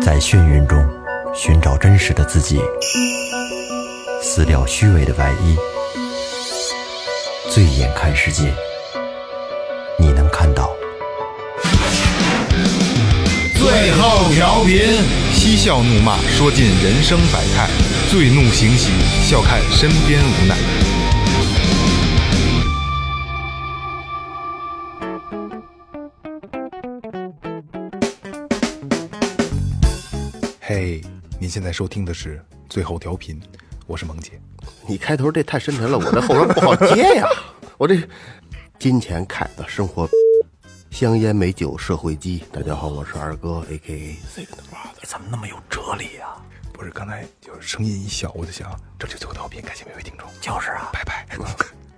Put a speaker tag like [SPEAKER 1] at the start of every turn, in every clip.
[SPEAKER 1] 在眩晕中寻找真实的自己，撕掉虚伪的外衣，醉眼看世界，你能看到。
[SPEAKER 2] 最后调频，
[SPEAKER 3] 嬉笑怒骂，说尽人生百态；醉怒行喜，笑看身边无奈。嘿，您现在收听的是最后调频，我是萌姐。
[SPEAKER 4] 你开头这太深沉了，我这后边不好接 呀。我这金钱凯子生活，香烟美酒社会鸡。大家好，我是二哥，A K A Six Brother。
[SPEAKER 1] 怎么那么有哲理呀、
[SPEAKER 3] 不是，刚才就是声音一小，我就想，这就最后调频，感谢每位听众，
[SPEAKER 1] 就是啊。
[SPEAKER 3] 拜 拜。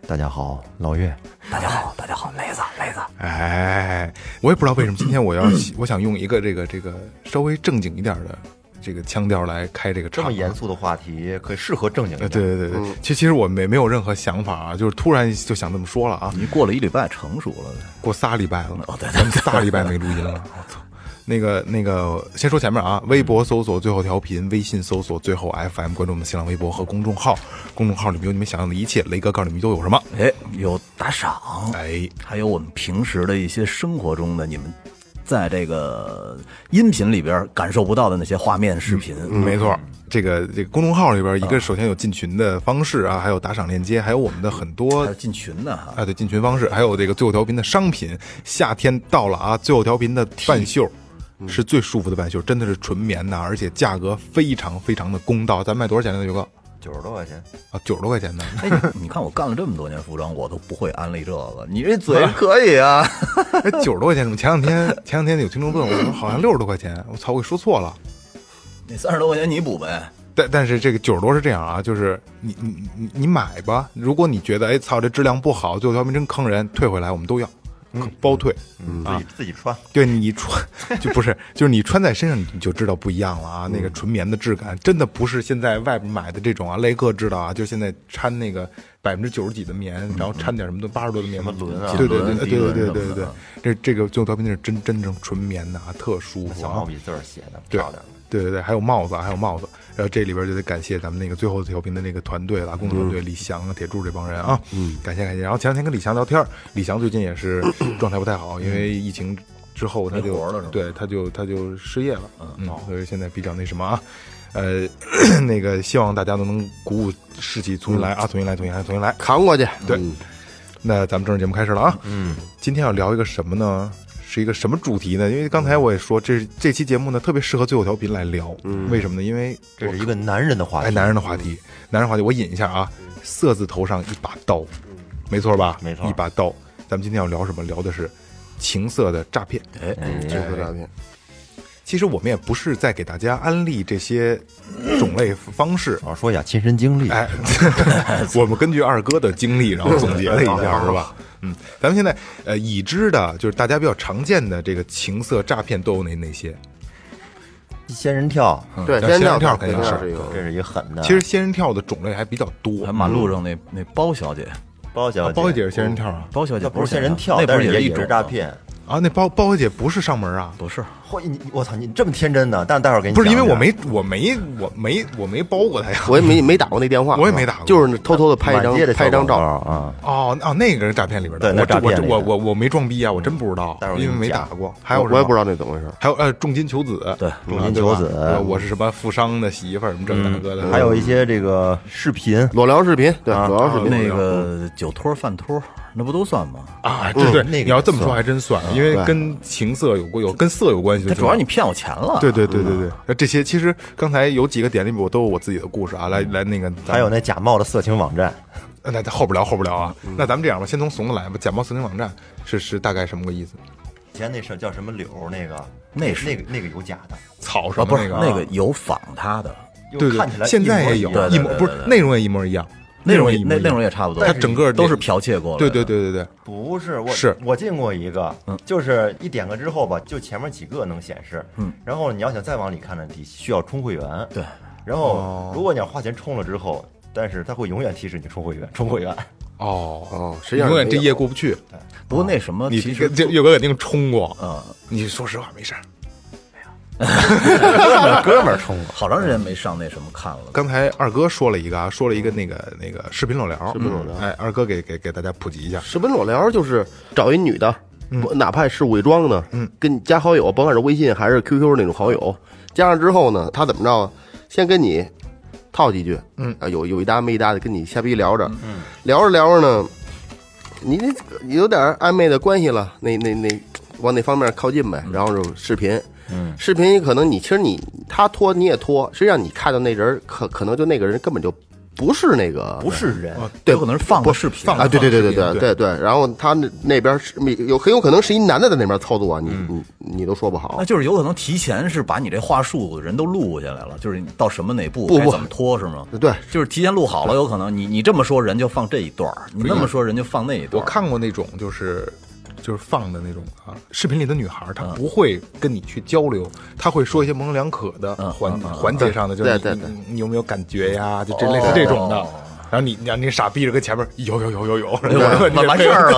[SPEAKER 1] 大家好，老岳。
[SPEAKER 5] 大家好，大家好，雷子，雷子，
[SPEAKER 3] 哎，我也不知道为什么今天我要 我想用一个这个这个稍微正经一点的这个腔调来开这个
[SPEAKER 6] 这
[SPEAKER 3] 场
[SPEAKER 6] 么
[SPEAKER 3] 啊
[SPEAKER 6] 严。肃的嗯话题，可以适合正经
[SPEAKER 3] 呃，
[SPEAKER 6] 一
[SPEAKER 3] 对
[SPEAKER 6] 点。
[SPEAKER 3] 对对对，其实其实我没没有任何想法啊，就是突然就想这么说了啊。
[SPEAKER 5] 你过了一礼拜，成熟了。
[SPEAKER 3] 过仨礼拜了，
[SPEAKER 6] 哦
[SPEAKER 3] 咱们仨礼拜没录音 了，我操！那个那个，先说前面啊，微博搜索最后调频，微信搜索最后 FM，关注我们的新浪微博和公众号，公众号里面有你们想要的一切，雷哥告诉你们都有什么。
[SPEAKER 5] 哎，有打赏，
[SPEAKER 3] 哎，
[SPEAKER 5] 还有我们平时的一些生活中的你们，在这个音频里边感受不到的那些画面、视频，
[SPEAKER 6] 嗯
[SPEAKER 3] 没错，这个这个公众号里边，一个首先有进群的方式啊，还有打赏链接，还有我们的很多
[SPEAKER 5] 还有进群的哈。
[SPEAKER 3] 啊，对，进群方式，还有这个最后调频的商品。夏天到了啊，最后调频的半袖。
[SPEAKER 6] 嗯
[SPEAKER 3] 是最舒服的半袖，真的是纯棉的，而且价格非常非常的公道。咱卖多少钱呢？刘哥
[SPEAKER 6] 九十多块钱，
[SPEAKER 3] 啊，九十多块钱呢。
[SPEAKER 5] 哎，你你看我干了这么多年服装，我都不会安利这个，你这嘴可以 啊。
[SPEAKER 3] 哎，九十多块钱怎么？前两天前两天有听众问我，说好像六十多块钱，我操，我给说错了。
[SPEAKER 5] 那三十多块钱你补呗。
[SPEAKER 3] 但但是这个九十多是这样啊，就是你你你你买吧，如果你觉得哎操这质量不好，最后调频真坑人，退回来我们都要，可包退。啊
[SPEAKER 6] 自嗯己自己穿。
[SPEAKER 3] 对你穿 就不是， 就是你穿在身上你就知道不一样了
[SPEAKER 6] 嗯
[SPEAKER 3] 啊。那个纯棉的质感，真的不是现在外边买的这种啊。雷哥知道啊，就现在掺那个百分之九十几的棉，然后掺点什么的八十多的棉，
[SPEAKER 6] 嗯什么轮啊
[SPEAKER 3] 对对对
[SPEAKER 5] 锦纶
[SPEAKER 3] 对
[SPEAKER 5] 涤
[SPEAKER 3] 对
[SPEAKER 5] 纶
[SPEAKER 3] 对
[SPEAKER 5] 什么
[SPEAKER 3] 对对
[SPEAKER 5] 的啊，
[SPEAKER 3] 这这个最后调频是真真正纯棉的啊，特舒服
[SPEAKER 6] 小
[SPEAKER 3] 啊
[SPEAKER 6] 毛。笔字儿写的
[SPEAKER 3] 对
[SPEAKER 6] 漂亮，
[SPEAKER 3] 对对对，还有帽子啊，还有帽子。然后这里边就得感谢咱们那个最后调频的那个团队了，工作团队李翔啊、铁柱这帮人啊，嗯，感谢感谢。然后前两天跟李翔聊天儿，李翔最近也是状态不太好，因为疫情之后他
[SPEAKER 5] 没活
[SPEAKER 3] 就
[SPEAKER 5] 儿了是吧
[SPEAKER 3] 对他就他就失业了，嗯，所以现在比较那什么啊。呃， 那个希望大家都能鼓舞士气，重新来啊！重新来，重新来，重新来！
[SPEAKER 4] 扛过去，
[SPEAKER 3] 对
[SPEAKER 4] 嗯
[SPEAKER 3] 那咱们正式节目开始了啊！嗯，今天要聊一个什么呢？是一个什么主题呢？因为刚才我也说，这是这期节目呢特别适合最后调频来聊，为什么呢？因为
[SPEAKER 6] 嗯这是一个男人的话
[SPEAKER 3] 哎，
[SPEAKER 6] 题。嗯
[SPEAKER 3] 男人的话题，男人话题，我引一下啊，色字头上一把刀，没错吧？
[SPEAKER 6] 嗯没错
[SPEAKER 3] 一把刀。咱们今天要聊什么？聊的是情色的诈骗。
[SPEAKER 5] 哎
[SPEAKER 4] 情色诈
[SPEAKER 3] 哎
[SPEAKER 4] 骗，
[SPEAKER 3] 其实我们也不是在给大家安利这些种类方式，
[SPEAKER 6] 我要说一下亲身经历，
[SPEAKER 3] 哎， 我们根据二哥的经历，然后总结了一下，是吧？嗯，咱们现在呃已知的，就是大家比较常见的这个情色诈骗都有哪哪些？
[SPEAKER 6] 仙人跳，
[SPEAKER 5] 嗯
[SPEAKER 4] 对，
[SPEAKER 3] 咱
[SPEAKER 4] 仙人
[SPEAKER 3] 仙人跳
[SPEAKER 4] 跳
[SPEAKER 3] 肯定
[SPEAKER 4] 肯定
[SPEAKER 3] 是
[SPEAKER 4] 是有
[SPEAKER 6] 这是一个狠的。
[SPEAKER 3] 其实仙人跳的种类还比较多
[SPEAKER 5] 还，马路上那那包小姐，
[SPEAKER 6] 包小姐，
[SPEAKER 3] 包姐是仙人跳啊，
[SPEAKER 5] 包小姐
[SPEAKER 6] 那不是仙
[SPEAKER 5] 仙
[SPEAKER 6] 人跳，
[SPEAKER 5] 那不
[SPEAKER 6] 但是
[SPEAKER 5] 也
[SPEAKER 6] 也
[SPEAKER 5] 一
[SPEAKER 6] 也
[SPEAKER 5] 种
[SPEAKER 6] 是诈？骗。
[SPEAKER 3] 啊，那包包姐不是上门啊，
[SPEAKER 5] 不是，
[SPEAKER 6] 嚯，你你我操，你这么天真呢？但待会儿给你
[SPEAKER 3] 不是因为
[SPEAKER 6] 讲
[SPEAKER 3] 我
[SPEAKER 6] 讲
[SPEAKER 3] 没我没我没我没包过他呀。
[SPEAKER 4] 我也没没打过那电话，
[SPEAKER 3] 我也没打过
[SPEAKER 4] 就是偷偷的拍一
[SPEAKER 6] 满
[SPEAKER 4] 张
[SPEAKER 6] 街的
[SPEAKER 4] 拍一张
[SPEAKER 6] 小
[SPEAKER 4] 照，
[SPEAKER 6] 广告啊，
[SPEAKER 3] 哦哦，那个是诈骗里边的，
[SPEAKER 6] 对那
[SPEAKER 3] 我这
[SPEAKER 6] 诈骗里
[SPEAKER 3] 我
[SPEAKER 6] 的
[SPEAKER 3] 我我我没装逼啊，我真不知道
[SPEAKER 6] 待会，儿给
[SPEAKER 3] 因
[SPEAKER 6] 你
[SPEAKER 3] 为没打
[SPEAKER 6] 讲
[SPEAKER 3] 过。还有
[SPEAKER 4] 我也不知
[SPEAKER 3] 道。
[SPEAKER 4] 道那怎么回事。
[SPEAKER 3] 还有呃，重金求子，
[SPEAKER 5] 对
[SPEAKER 3] 啊
[SPEAKER 6] 重金求子嗯
[SPEAKER 3] 对吧我我是什么富商的媳妇儿，什么这个大哥的，嗯
[SPEAKER 6] 还有一些这个
[SPEAKER 5] 嗯
[SPEAKER 6] 视频，
[SPEAKER 4] 裸聊视频，对，
[SPEAKER 3] 啊
[SPEAKER 4] 裸聊视频，
[SPEAKER 5] 那个酒托儿饭托儿，那不都算吗？
[SPEAKER 3] 啊，对对，
[SPEAKER 6] 那个也
[SPEAKER 3] 你要这么说还真算，啊因为跟情色有过有跟色有关系的
[SPEAKER 5] 他
[SPEAKER 3] 这种。
[SPEAKER 5] 主要你骗我钱了。
[SPEAKER 3] 对对对对对，那这些其实刚才有几个点里面我都有我自己的故事啊，来来那个咱们，
[SPEAKER 6] 还有那假冒的色情网站，
[SPEAKER 3] 呃那咱后边聊后边聊啊，那咱们这样吧，先从怂的来吧。假冒色情网站是是大概什么个意思？
[SPEAKER 6] 以前那什叫什么柳那个，
[SPEAKER 5] 那是
[SPEAKER 6] 那个那个有假的，
[SPEAKER 3] 草什
[SPEAKER 5] 啊，不
[SPEAKER 3] 么
[SPEAKER 5] 是
[SPEAKER 3] 个？
[SPEAKER 5] 那个有仿他的
[SPEAKER 6] 又
[SPEAKER 3] 对
[SPEAKER 6] 看起
[SPEAKER 3] 对，
[SPEAKER 6] 来
[SPEAKER 3] 现在也有
[SPEAKER 6] 一模一样
[SPEAKER 3] 一
[SPEAKER 5] 对
[SPEAKER 3] 模
[SPEAKER 5] 对对
[SPEAKER 3] 不是内容也一模一样，
[SPEAKER 5] 内容
[SPEAKER 3] 也
[SPEAKER 5] 也，那内容
[SPEAKER 3] 也
[SPEAKER 5] 也差不多。
[SPEAKER 3] 它整个
[SPEAKER 5] 都是剽窃过来
[SPEAKER 3] 对对
[SPEAKER 5] 的。
[SPEAKER 3] 对对对，
[SPEAKER 6] 不是嗯我
[SPEAKER 3] 是
[SPEAKER 6] 我进过一个，就是一点开之后吧，就前面几个能显示，嗯，然后你要想再往里看呢，得需要充会员，
[SPEAKER 5] 对，
[SPEAKER 6] 然
[SPEAKER 4] 哦
[SPEAKER 6] 后如果你要花钱充了之后，但是它会永远提示你充会员，充会员，
[SPEAKER 3] 哦，
[SPEAKER 4] 哦，实际上
[SPEAKER 3] 永远这
[SPEAKER 4] 没有
[SPEAKER 3] 夜过不去。
[SPEAKER 5] 不过那什么，
[SPEAKER 3] 你
[SPEAKER 5] 其实
[SPEAKER 3] 这岳哥肯定冲过，
[SPEAKER 5] 呃，
[SPEAKER 3] 你说实话没事儿，
[SPEAKER 5] 哥们儿
[SPEAKER 6] 哥们儿冲
[SPEAKER 5] 好长时间没上那什么看了。
[SPEAKER 3] 刚才二哥说了一个啊，说了一个那个那个视频裸聊，视频裸聊，哎，二哥给给给大家普及一下，
[SPEAKER 4] 视频裸聊就是找一女的，不哪怕是伪装的，嗯，跟你加好友，甭管是微信还是 QQ 那种好友，加上之后呢，他怎么着啊？先跟你套几句，嗯啊，有有一搭没一搭的跟你瞎逼聊着，嗯，聊着聊着呢，你这你有点暧昧的关系了，那那那往那方面靠近呗，然后就视频。嗯，视频可能你其实你他拖你也拖，实际上你看到那人儿可可能就那个人根本就不是那个
[SPEAKER 6] 不是人，
[SPEAKER 4] 哦对
[SPEAKER 5] 有可能是放的视频
[SPEAKER 4] 啊，对对对对
[SPEAKER 3] 放视频
[SPEAKER 4] 对对。然后他那那边是有很有可能是一男的在那边操作啊，你
[SPEAKER 3] 嗯
[SPEAKER 4] 你你都说不好
[SPEAKER 5] 那。就是有可能提前是把你这话术人都录下来了，就是你到什么哪步
[SPEAKER 4] 不
[SPEAKER 5] 该
[SPEAKER 4] 不
[SPEAKER 5] 怎么拖是吗？
[SPEAKER 4] 对，
[SPEAKER 5] 就是提前录好了，有可能你你这么说人就放这一段儿，你那么说人就放那一
[SPEAKER 3] 我
[SPEAKER 5] 段儿。
[SPEAKER 3] 看过那种就是就是放的那种啊，视频里的女孩，她
[SPEAKER 4] 嗯
[SPEAKER 3] 不会跟你去交流，她会说一些模棱两可的环环节上的，就是
[SPEAKER 4] 嗯对
[SPEAKER 3] 你
[SPEAKER 4] 对对哦
[SPEAKER 3] 你你有没有感觉呀？就这类似这种的。然后你你你傻逼着跟前面有有有有有，
[SPEAKER 4] 哎
[SPEAKER 3] 然后我就问你
[SPEAKER 5] 完完事儿了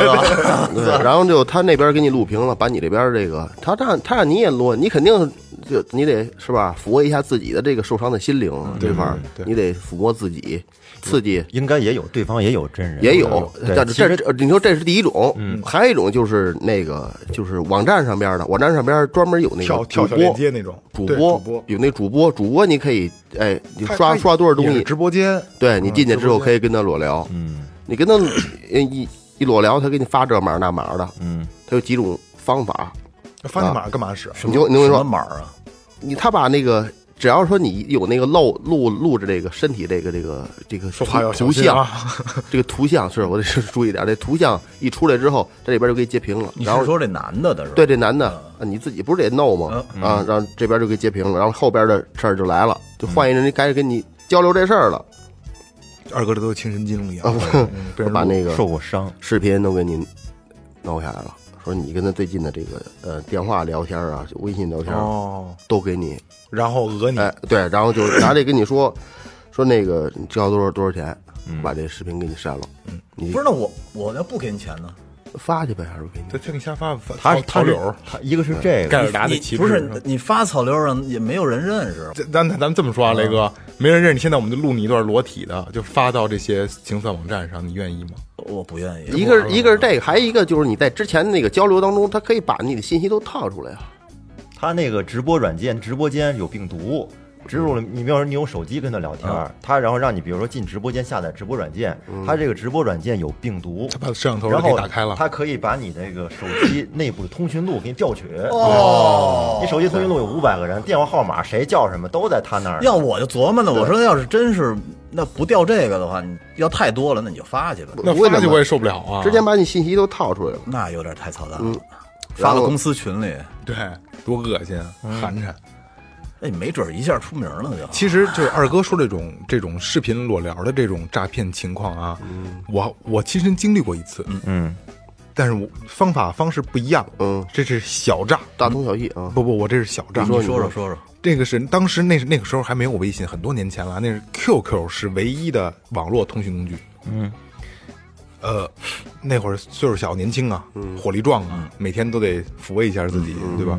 [SPEAKER 5] 都，
[SPEAKER 4] 对， 然后就他那边给你录屏了，把你这边这个，他让他让你也落，你肯定就你得是吧，抚慰一下自己的这个受伤的心灵
[SPEAKER 3] 嗯
[SPEAKER 4] 这块儿，你得抚摸自己，刺激
[SPEAKER 6] 应该也有，对方也有真人，
[SPEAKER 4] 也有，
[SPEAKER 6] 对
[SPEAKER 4] 但是
[SPEAKER 6] 其
[SPEAKER 4] 这
[SPEAKER 6] 实
[SPEAKER 4] 这你说这是第一种，
[SPEAKER 3] 嗯
[SPEAKER 4] 还有一种就是那个就是网站上边的，网站上边专门有那
[SPEAKER 3] 跳
[SPEAKER 4] 个
[SPEAKER 3] 跳
[SPEAKER 4] 主
[SPEAKER 3] 小链
[SPEAKER 4] 播。
[SPEAKER 3] 接那种
[SPEAKER 4] 主
[SPEAKER 3] 对
[SPEAKER 4] 播
[SPEAKER 3] 主播，
[SPEAKER 4] 有那主播，主播你可以哎，你
[SPEAKER 3] 她
[SPEAKER 4] 刷
[SPEAKER 3] 她
[SPEAKER 4] 刷多少东
[SPEAKER 3] 也
[SPEAKER 4] 西
[SPEAKER 3] 是，直播间，
[SPEAKER 4] 对你进去之
[SPEAKER 3] 直播间
[SPEAKER 4] 后可以跟他裸聊，嗯，你跟他呃一一裸聊，他给你发这码儿那码儿的，嗯，他有几种方法，
[SPEAKER 3] 发那码干嘛使？啊
[SPEAKER 4] 你就你就
[SPEAKER 5] 什么
[SPEAKER 4] 说
[SPEAKER 5] 码儿啊？
[SPEAKER 4] 你他把那个。只要说你有那个露露露着这个身体这个这个这个
[SPEAKER 3] 说话要
[SPEAKER 4] 图
[SPEAKER 3] 小
[SPEAKER 4] 图
[SPEAKER 3] 心
[SPEAKER 4] 像，
[SPEAKER 3] 啊！
[SPEAKER 4] 这个图像是我得是注意点儿。这图像一出来之后，这里边就给截屏了。
[SPEAKER 5] 你
[SPEAKER 4] 然后
[SPEAKER 5] 是说这男的的是吧？
[SPEAKER 4] 对，这男的，
[SPEAKER 3] 嗯
[SPEAKER 4] 啊你自己不是得闹吗？啊，然后这边就给截屏了，然后后边的事儿就来了，
[SPEAKER 3] 嗯
[SPEAKER 4] 就换一人该跟你交流这事儿了，
[SPEAKER 3] 二哥这都有亲身经历啊
[SPEAKER 4] 啊，我
[SPEAKER 3] 嗯被人
[SPEAKER 4] 把
[SPEAKER 3] 录
[SPEAKER 4] 那个
[SPEAKER 6] 受过伤，
[SPEAKER 4] 视频都给您弄下来了，说你跟他最近的这个呃电话聊天啊，就微信聊天、
[SPEAKER 3] 哦，
[SPEAKER 4] 都给你，
[SPEAKER 3] 然后讹你
[SPEAKER 4] 哎，对，然后就拿这跟你说，说那个你交多少多少钱，把这视频给你删了，你
[SPEAKER 5] 不是那我我要不给你钱呢？
[SPEAKER 4] 发去呗，还是给你
[SPEAKER 3] 他他给你瞎发，发
[SPEAKER 6] 他
[SPEAKER 3] 草
[SPEAKER 6] 他
[SPEAKER 3] 草
[SPEAKER 6] 是
[SPEAKER 3] 柳，
[SPEAKER 6] 他一个是这
[SPEAKER 3] 盖
[SPEAKER 6] 个，
[SPEAKER 3] 尔达的
[SPEAKER 5] 你
[SPEAKER 3] 旗帜
[SPEAKER 5] 不是你发草溜上也没有人认识，
[SPEAKER 3] 这咱咱咱们这么说啊，雷哥，没人认识你，现在我们就录你一段裸体的，就发到这些情色网站上，你愿意吗？
[SPEAKER 5] 我不愿意。
[SPEAKER 4] 一个是一个是这个，还有一个就是你在之前那个交流当中，他可以把你的信息都套出来啊。
[SPEAKER 6] 他那个直播软件直播间有病毒。植入了，你比方说你用手机跟他聊天，他然后让你比如说进直播间下载直播软件，
[SPEAKER 4] 嗯
[SPEAKER 6] 他这个直播软件有病毒，
[SPEAKER 3] 他把摄像头
[SPEAKER 6] 然
[SPEAKER 3] 给
[SPEAKER 6] 后
[SPEAKER 3] 打开了，
[SPEAKER 6] 它可以把你那个手机 内部的通讯录给你调取。哦，你手机通讯录有五百个人，电话号码谁叫什么都在他那儿。
[SPEAKER 5] 要我就琢磨呢，我说要是真是那不掉这个的话，你要太多了，那你就发去吧。
[SPEAKER 3] 那
[SPEAKER 4] 为
[SPEAKER 3] 发
[SPEAKER 4] 什
[SPEAKER 3] 去
[SPEAKER 4] 么
[SPEAKER 3] 我也受不了啊！
[SPEAKER 4] 之前把你信息都套出来了，
[SPEAKER 5] 那有点太操蛋了
[SPEAKER 4] 嗯，
[SPEAKER 5] 发
[SPEAKER 4] 然
[SPEAKER 5] 到
[SPEAKER 4] 后
[SPEAKER 5] 公司群里，
[SPEAKER 3] 对多恶心，啊寒碜。
[SPEAKER 5] 那你哎没准儿一下出名了就。
[SPEAKER 3] 其实就是二哥说这种这种视频裸聊的这种诈骗情况啊，
[SPEAKER 5] 嗯
[SPEAKER 3] 我我亲身经历过一次，
[SPEAKER 6] 嗯，
[SPEAKER 3] 但是我方法方式不一样，
[SPEAKER 4] 嗯，
[SPEAKER 3] 这是小诈，
[SPEAKER 4] 大同小异啊。
[SPEAKER 3] 不不，我这是小诈。
[SPEAKER 5] 你说说说说，
[SPEAKER 3] 这个是当时那是那个时候还没有微信，很多年前了，那是 QQ 是唯一的网络通讯工具。嗯，呃，那会儿岁数小，年轻啊，
[SPEAKER 5] 嗯
[SPEAKER 3] 火力壮啊，每天都得抚慰一下自己，对吧？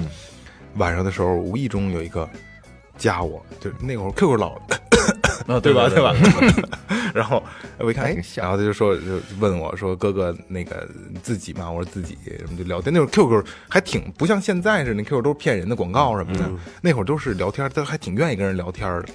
[SPEAKER 3] 晚上的时候无意中有一个加我，就那会儿 QQ 老
[SPEAKER 5] 啊
[SPEAKER 3] 对吧？
[SPEAKER 5] 对
[SPEAKER 3] 吧？然后我一看，哎，然后他就说，就问我说：“哥哥，那个自己嘛？”我说：“自己。”什么就聊天。那会儿 QQ 还挺不像现在似的那，QQ 都是骗人的广告什么的。那会儿都是聊天，他还挺愿意跟人聊天的。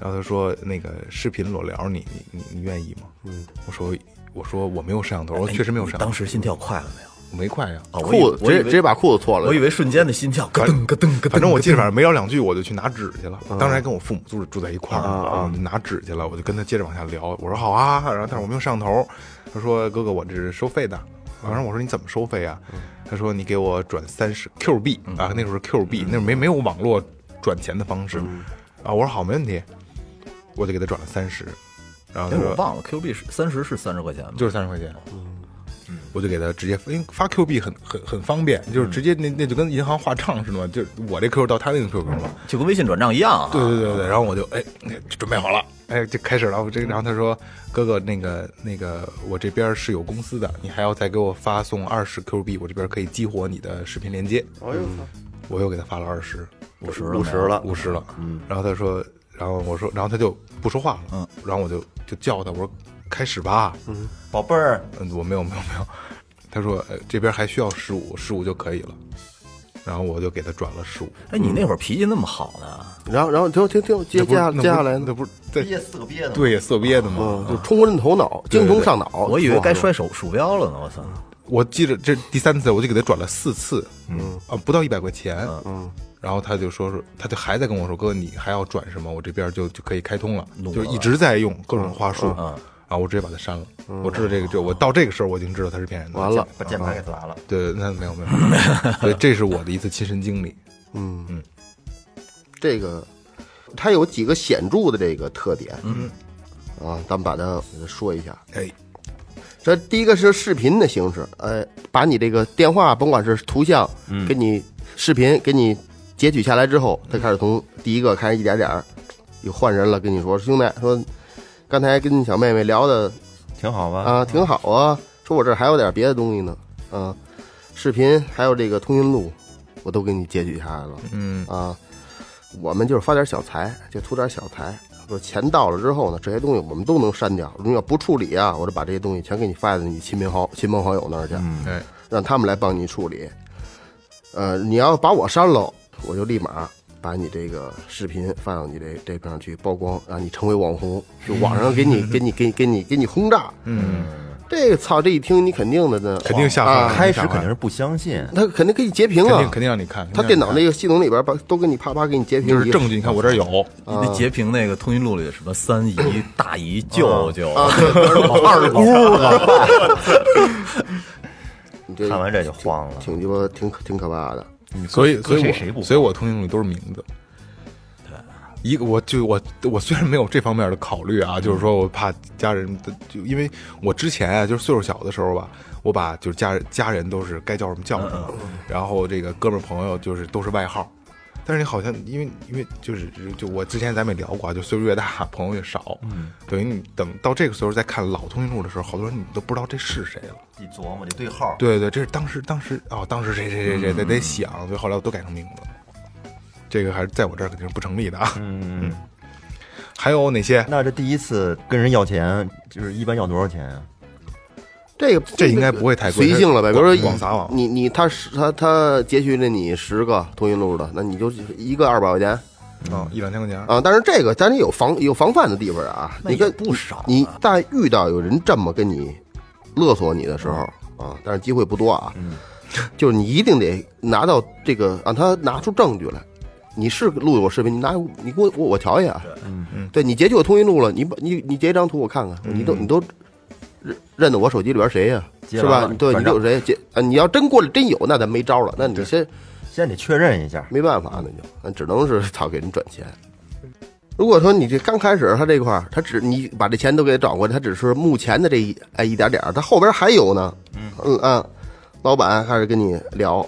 [SPEAKER 3] 然后他说：“那个视频裸聊你，你你你愿意吗？”嗯，哎我说：“我说我没有摄像头，我说确实没有摄
[SPEAKER 5] 你
[SPEAKER 3] 像
[SPEAKER 5] 当
[SPEAKER 3] 头，
[SPEAKER 5] 时心跳快了没有？
[SPEAKER 3] 我没快呀。
[SPEAKER 5] 啊，我以
[SPEAKER 4] 裤子直
[SPEAKER 5] 我以
[SPEAKER 4] 接
[SPEAKER 5] 为
[SPEAKER 4] 直接把裤子脱了，
[SPEAKER 5] 我以为瞬间的心跳咯噔咯噔咯 噔。
[SPEAKER 3] 反正我记得，反
[SPEAKER 5] 嗯
[SPEAKER 3] 正没聊两句，我就去拿纸去了。当时还跟我父母住住在一块
[SPEAKER 5] 啊
[SPEAKER 3] 儿，我就拿纸去了。我就跟他接着往下聊，我说好啊，然后但是我没有上头。他说哥哥，我这是收费的。然后我说你怎么收费啊？
[SPEAKER 5] 嗯
[SPEAKER 3] 他说你给我转三十 Q 币啊，那时候是 Q
[SPEAKER 5] 嗯
[SPEAKER 3] 币，那时候没没有网络转钱的方式啊。我说好，没问题，我就给他转了三十。然后
[SPEAKER 5] 哎，
[SPEAKER 3] 他
[SPEAKER 5] 我
[SPEAKER 3] 说
[SPEAKER 5] 忘了嗯 Q 币是三十是三十块钱吗？
[SPEAKER 3] 就是三十块钱。嗯我就给他直接，因为发 Q 币很很很方便，
[SPEAKER 5] 嗯
[SPEAKER 3] 就是直接那那就跟银行划账似的嘛，就是我这 Q 到他那个 QQ 了。
[SPEAKER 5] 就跟微信转账一样啊。
[SPEAKER 3] 对对对对，然后我就哎准备好了，哎就开始了。我这然后他说哥哥那个那个我这边是有公司的，你还要再给我发送二十 Q 币，我这边可以激活你的视频连接。
[SPEAKER 6] 哎呦，
[SPEAKER 3] 我又给他发了二十，
[SPEAKER 5] 五十
[SPEAKER 4] 五十了，
[SPEAKER 3] 嗯五十了，嗯，然后他说，然后我说，然后他就不说话了，嗯，然后我就就叫他，我说开始吧，嗯，
[SPEAKER 6] 宝贝儿，
[SPEAKER 3] 我没有没有没有，他说、呃、这边还需要十五，十五就可以了，然后我就给他转了十五，
[SPEAKER 5] 哎，你那会儿脾气那么好呢？
[SPEAKER 4] 然后然后停停停，接
[SPEAKER 3] 那不是
[SPEAKER 4] 接下
[SPEAKER 3] 那不
[SPEAKER 4] 接
[SPEAKER 3] 是
[SPEAKER 4] 下来呢
[SPEAKER 3] 那？不是在
[SPEAKER 6] 憋死个憋的，，
[SPEAKER 3] 对色憋的吗？
[SPEAKER 4] 嗯，就冲昏头脑，精虫上
[SPEAKER 3] 哦
[SPEAKER 4] 脑。
[SPEAKER 5] 我以为该
[SPEAKER 4] 说
[SPEAKER 5] 摔手鼠标了呢，我操！
[SPEAKER 3] 我记着这第三次，我就给他转了四次，嗯啊，不到一百块钱，嗯，然后他就说说，他就还在跟我说，哥，你还要转什么？我这边就就可以开通了，就一直在用各种话术，啊，我直接把他删了。我知道这个，就我到这个时候我已经知道他是骗人的，啊
[SPEAKER 4] 完了，
[SPEAKER 6] 把键盘给砸了。
[SPEAKER 3] 对，那没有没有，没有 对，这是我的一次亲身经历，
[SPEAKER 4] 这个，它有几个显著的这个特点，嗯，啊，咱们把它给它说一下。
[SPEAKER 3] 哎，
[SPEAKER 4] 这第一个是视频的形式，哎，把你这个电话，甭管是图像，给你视频，给你截取下来之后，他开始从第一个开始一点点儿，有换人了，跟你说，兄弟，说刚才跟小妹妹聊的
[SPEAKER 6] 挺好吧？
[SPEAKER 4] 啊，挺好啊。说我这儿还有点别的东西呢，啊，视频还有这个通讯录，我都给你截取下来了。嗯啊，我们就是发点小财，就图点小财。说钱到了之后呢，这些东西我们都能删掉。如果要不处理啊，我就把这些东西全给你发到你亲朋好亲朋好友那儿去，
[SPEAKER 3] 哎，
[SPEAKER 4] 让他们来帮你处理。呃，你要把我删了，我就立马把你这个视频发到你这这边上去曝光，让你成为网红，就网上 给你给你给你给你给你轰炸。嗯，这个操，这一听你肯定的呢，
[SPEAKER 3] 肯定吓坏了，
[SPEAKER 4] 啊
[SPEAKER 6] 开始肯定是不相信，
[SPEAKER 4] 他肯定给你截屏
[SPEAKER 3] 肯
[SPEAKER 4] 啊，
[SPEAKER 3] 定肯定让你看，
[SPEAKER 4] 他电脑那个系统里边把都给你啪啪给你截屏，
[SPEAKER 3] 就是 证据，你看我这儿有，
[SPEAKER 5] 你那截屏那个通讯录里什么三姨、 大姨、舅舅、
[SPEAKER 3] 嗯
[SPEAKER 4] 二姑，你这
[SPEAKER 6] 看完这就慌了。
[SPEAKER 4] 挺鸡巴挺可挺可怕的。
[SPEAKER 3] 所以，所以
[SPEAKER 6] 谁
[SPEAKER 3] 我
[SPEAKER 6] 谁不
[SPEAKER 3] 所以我通讯录都是名字。一个我就我我虽然没有这方面的考虑啊，就是说我怕家人的，就因为我之前啊，就是岁数小的时候吧，我把就是家人家人都是该叫什么叫什么，
[SPEAKER 6] 嗯
[SPEAKER 3] 然后这个哥们儿朋友就是都是外号。但是你好像因为因为就是就我之前咱们也聊过啊，就岁数越大朋友越少，
[SPEAKER 6] 嗯
[SPEAKER 3] 等于你等到这个时候再看老通讯录的时候，好多人你都不知道这是谁了。
[SPEAKER 6] 一琢磨得对号，
[SPEAKER 3] 对对，这是当时当时哦，当时谁谁谁谁得得想，所以后来我都改成名字。这个还是在我这儿肯定是不成立的啊。嗯嗯。 还有哪些？
[SPEAKER 6] 那这第一次跟人要钱，就是一般要多少钱啊？
[SPEAKER 4] 这个
[SPEAKER 3] 这应该不会太贵
[SPEAKER 4] 随性了呗，比如说
[SPEAKER 3] 广广撒网
[SPEAKER 4] 你你他十他他截取了你十个通讯录的，那你就一个二百块钱
[SPEAKER 3] 啊，一两千块钱。
[SPEAKER 4] 啊。但是这个咱得有防有防范的地方啊，
[SPEAKER 5] 那
[SPEAKER 4] 你
[SPEAKER 5] 也
[SPEAKER 4] 跟
[SPEAKER 5] 不少啊
[SPEAKER 4] 你但遇到有人这么跟你勒索你的时候啊，但是机会不多啊，
[SPEAKER 3] 嗯
[SPEAKER 4] 就是你一定得拿到这个，让他拿出证据来。你是录我视频，你拿你给我我我瞧一眼，啊
[SPEAKER 3] 嗯
[SPEAKER 4] 对你截取我通讯录了，你把你你截一张图我看看，你
[SPEAKER 3] 嗯
[SPEAKER 4] 都你都认认得我手机里边谁呀、
[SPEAKER 6] 截
[SPEAKER 4] 是
[SPEAKER 6] 完
[SPEAKER 4] 吧
[SPEAKER 6] 了？
[SPEAKER 4] 对，
[SPEAKER 6] 转
[SPEAKER 4] 你都
[SPEAKER 6] 账
[SPEAKER 4] 有谁截啊？你要真过来真有，那咱没招了，那你先
[SPEAKER 6] 先得确认一下。
[SPEAKER 4] 没办法，那就那只能是操给人转钱。如果说你这刚开始他这块儿，他只你把这钱都给找过来，他只是目前的这一哎一点点儿，他后边还有呢。嗯啊，老板开始跟你聊，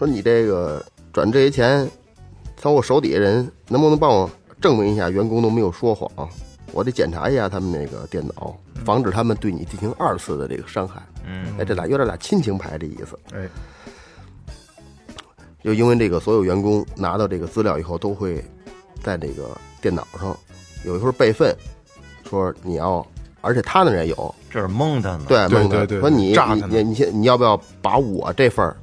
[SPEAKER 4] 说你这个转这些钱，从我手底下人能不能帮我证明一下员工都没有说谎？我得检查一下他们那个电脑，防止他们对你进行二次的这个伤害。嗯，哎，这俩有点俩亲情牌这意思。
[SPEAKER 3] 哎，
[SPEAKER 4] 就因为这个，所有员工拿到这个资料以后，都会在这个电脑上有一份备份，说你要，而且他那儿也有，
[SPEAKER 6] 这是蒙他呢。，
[SPEAKER 4] 对
[SPEAKER 3] 嗯对
[SPEAKER 4] 孟德
[SPEAKER 3] 对对
[SPEAKER 4] 说你
[SPEAKER 3] 炸
[SPEAKER 4] 你
[SPEAKER 3] 他
[SPEAKER 4] 你
[SPEAKER 3] 们
[SPEAKER 4] 你先你要不要把我这份儿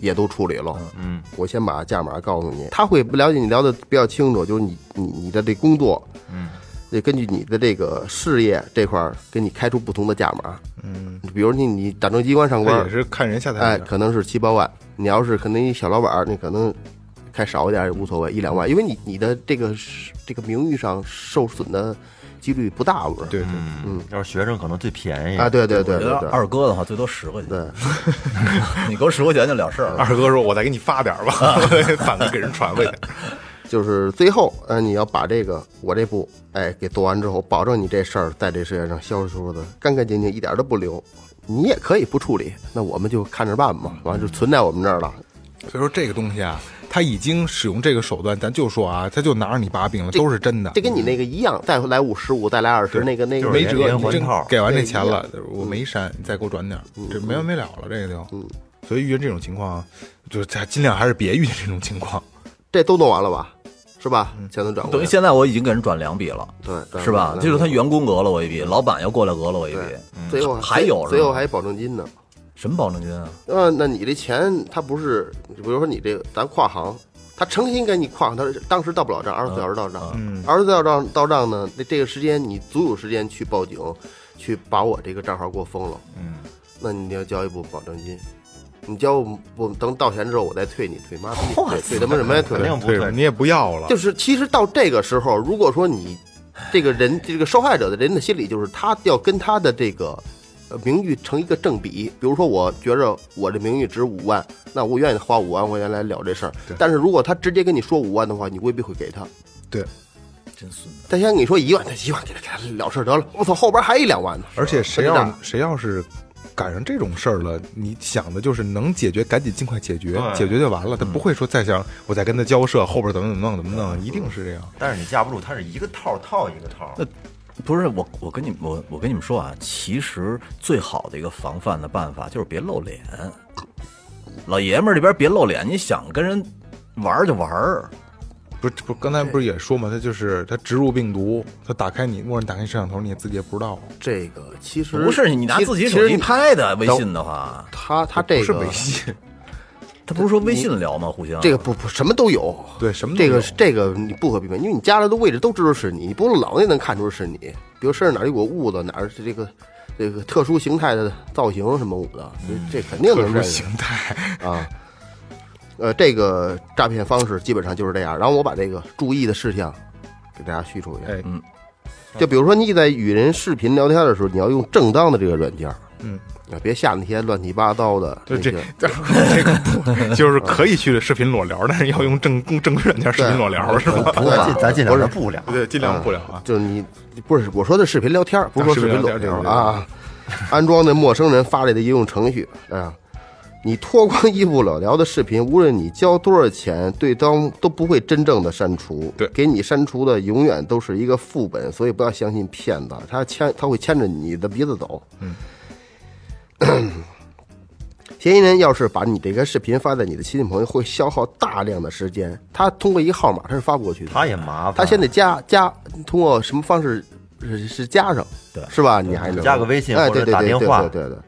[SPEAKER 4] 也都处理了？
[SPEAKER 6] 嗯，
[SPEAKER 4] 我先把价码告诉你，他会了解你聊的比较清楚，就是你你你的这工作，
[SPEAKER 6] 嗯，
[SPEAKER 4] 得根据你的这个事业这块儿给你开出不同的价码，嗯，比如你你党政机关上
[SPEAKER 3] 这也
[SPEAKER 4] 班，
[SPEAKER 3] 是看人下载
[SPEAKER 4] 哎，
[SPEAKER 3] 的。
[SPEAKER 4] 可能是七八万。你要是可能一小老板儿，你可能开少一点也无所谓，一两万，因为你你的这个是这个名誉上受损的几率不大，不是？
[SPEAKER 3] 对对，
[SPEAKER 6] 嗯，要是学生可能最便宜
[SPEAKER 4] 啊，，对对对
[SPEAKER 5] 我觉得
[SPEAKER 4] 对对。
[SPEAKER 5] 二哥的话最多十块钱，
[SPEAKER 4] 对，
[SPEAKER 5] 你给我十块钱就了事儿了。
[SPEAKER 3] 二哥说：“我再给你发点儿吧，我 反正给人传回去。
[SPEAKER 4] 就是最后，呃，你要把这个我这步，哎，给做完之后，保证你这事儿在这世界上消失的干干净净，一点都不留。你也可以不处理，那我们就看着办
[SPEAKER 5] 嗯
[SPEAKER 4] 吧，完了就存在我们这儿了。”
[SPEAKER 3] 所以说这个东西啊，他已经使用这个手段，咱就说啊，他就拿着你把柄了，都是真的
[SPEAKER 4] 这。跟你那个一样，再来五十五，再来二十，那个那个
[SPEAKER 3] 没辙，
[SPEAKER 6] 连
[SPEAKER 3] 你
[SPEAKER 6] 环
[SPEAKER 3] 真
[SPEAKER 6] 套
[SPEAKER 3] 给完这
[SPEAKER 4] 对嗯
[SPEAKER 3] 钱了，我没删，你再给我转点儿，这没完没了了，这个就。所以遇见这种情况，就是咱尽量还是别遇见这种情况。
[SPEAKER 4] 这都弄完了吧？是吧？钱都转过
[SPEAKER 5] 嗯等于
[SPEAKER 4] 来，
[SPEAKER 5] 现在我已经给人转两笔了，
[SPEAKER 4] 对，转
[SPEAKER 5] 是吧
[SPEAKER 4] 过？来
[SPEAKER 5] 就是他
[SPEAKER 4] 了
[SPEAKER 5] 员工讹了我一笔，老板又过来讹了我一笔，
[SPEAKER 4] 对，最后
[SPEAKER 5] 嗯还有是吧
[SPEAKER 4] 最后还有保证金呢。
[SPEAKER 5] 什么保证金啊？
[SPEAKER 4] 呃，那你这钱他不是，比如说你这咱跨行，他诚心给你跨行，他当时到不了账，二十四小时到账，
[SPEAKER 5] 嗯
[SPEAKER 4] 二十四小时到到账呢，那这个时间你足有时间去报警，去把我这个账号给我封了，嗯，那你要交一部分保证金。你交不不等到钱之后，我再退你，退妈逼，退退他妈什么呀？退
[SPEAKER 6] 肯定不
[SPEAKER 3] 对
[SPEAKER 6] 退
[SPEAKER 3] 你也不要了，
[SPEAKER 4] 就是其实到这个时候，如果说你这个人这个受害者的人的心理就是他要跟他的这个呃名誉成一个正比，比如说我觉着我这名誉值五万，那我愿意花五万块钱来了这事儿
[SPEAKER 3] 对。
[SPEAKER 4] 但是如果他直接跟你说五万的话，你未必会给他。
[SPEAKER 3] 对。
[SPEAKER 5] 真孙子！
[SPEAKER 4] 他先跟你说一万，他一万给他给他了事儿得了。我操，后边还一两万呢。
[SPEAKER 3] 而且谁
[SPEAKER 4] 真的
[SPEAKER 3] 要谁要是赶上这种事儿了，你想的就是能解决赶紧尽快解决，
[SPEAKER 6] 对嗯
[SPEAKER 3] 解决就完了。他不会说再想我再跟他交涉，后边怎么怎么弄怎么弄，一定是这样。
[SPEAKER 6] 但是你架不住他是一个套儿套一个套儿，
[SPEAKER 5] 那不是我，我跟你我我跟你们说啊，其实最好的一个防范的办法就是别露脸。老爷们儿这边别露脸，你想跟人玩儿就玩儿，
[SPEAKER 3] 不是不是，刚才不是也说嘛，他就是他植入病毒，他打开你，默认打开摄像头，你也自己也不知道。
[SPEAKER 4] 这个其实
[SPEAKER 5] 不是你拿
[SPEAKER 4] 其
[SPEAKER 5] 自己
[SPEAKER 4] 其
[SPEAKER 5] 手
[SPEAKER 4] 实
[SPEAKER 5] 机
[SPEAKER 4] 你
[SPEAKER 5] 拍的微信的话，
[SPEAKER 4] 他他这个
[SPEAKER 3] 不是微 信，
[SPEAKER 5] 他不是说微信聊吗？互相
[SPEAKER 4] 这个不不什么都有，
[SPEAKER 3] 对什么都
[SPEAKER 4] 这
[SPEAKER 3] 有
[SPEAKER 4] 个这个你不可避免，因为你家里的位置都知道是你，你不用老也能看出是你。比如身上哪儿有个痦子，哪儿是这个这个特殊形态的造型什么痦子，这这肯定
[SPEAKER 3] 嗯特
[SPEAKER 4] 能
[SPEAKER 3] 殊
[SPEAKER 4] 认
[SPEAKER 3] 形
[SPEAKER 4] 识
[SPEAKER 3] 态。
[SPEAKER 4] 啊。呃，这个诈骗方式基本上就是这样。然后我把这个注意的事项给大家叙述一下。
[SPEAKER 3] 哎，
[SPEAKER 4] 就比如说你在与人视频聊天的时候，你要用正当的这个软件，嗯，啊，别下那些乱七八糟的
[SPEAKER 3] 就
[SPEAKER 4] 那
[SPEAKER 3] 这
[SPEAKER 4] 些。
[SPEAKER 3] 这 个不就是可以去视频裸聊，但是要用正正规软件视频裸聊是吧？
[SPEAKER 6] 咱尽咱尽
[SPEAKER 4] 不
[SPEAKER 6] 量
[SPEAKER 4] 是
[SPEAKER 6] 不了，
[SPEAKER 3] 对，尽量不聊啊。
[SPEAKER 4] 就是你不是我说的视频聊天儿，不是说
[SPEAKER 3] 啊视
[SPEAKER 4] 视
[SPEAKER 3] 频
[SPEAKER 4] 频
[SPEAKER 3] 聊
[SPEAKER 4] 裸
[SPEAKER 3] 天
[SPEAKER 4] 聊
[SPEAKER 3] 对对对
[SPEAKER 4] 啊。安装的陌生人发来的应用程序啊，你脱光衣服裸聊的视频，无论你交多少钱，对方都不会真正的删除。
[SPEAKER 3] 对
[SPEAKER 4] 给你删除的永远都是一个副本，所以不要相信骗子，他牵他会牵着你的鼻子走。嗯。 嫌疑人要是把你这个视频发在你的亲戚朋友，会消耗大量的时间。他通过一个号码，他是发不过去的。
[SPEAKER 6] 他也麻烦，
[SPEAKER 4] 他先得加加，通过什么方式是是加上，对，是吧？你还能
[SPEAKER 6] 加个微信
[SPEAKER 4] 哎，
[SPEAKER 6] 或者
[SPEAKER 4] 对对
[SPEAKER 6] 打
[SPEAKER 4] 对
[SPEAKER 6] 电
[SPEAKER 4] 对
[SPEAKER 6] 话
[SPEAKER 4] 对对对。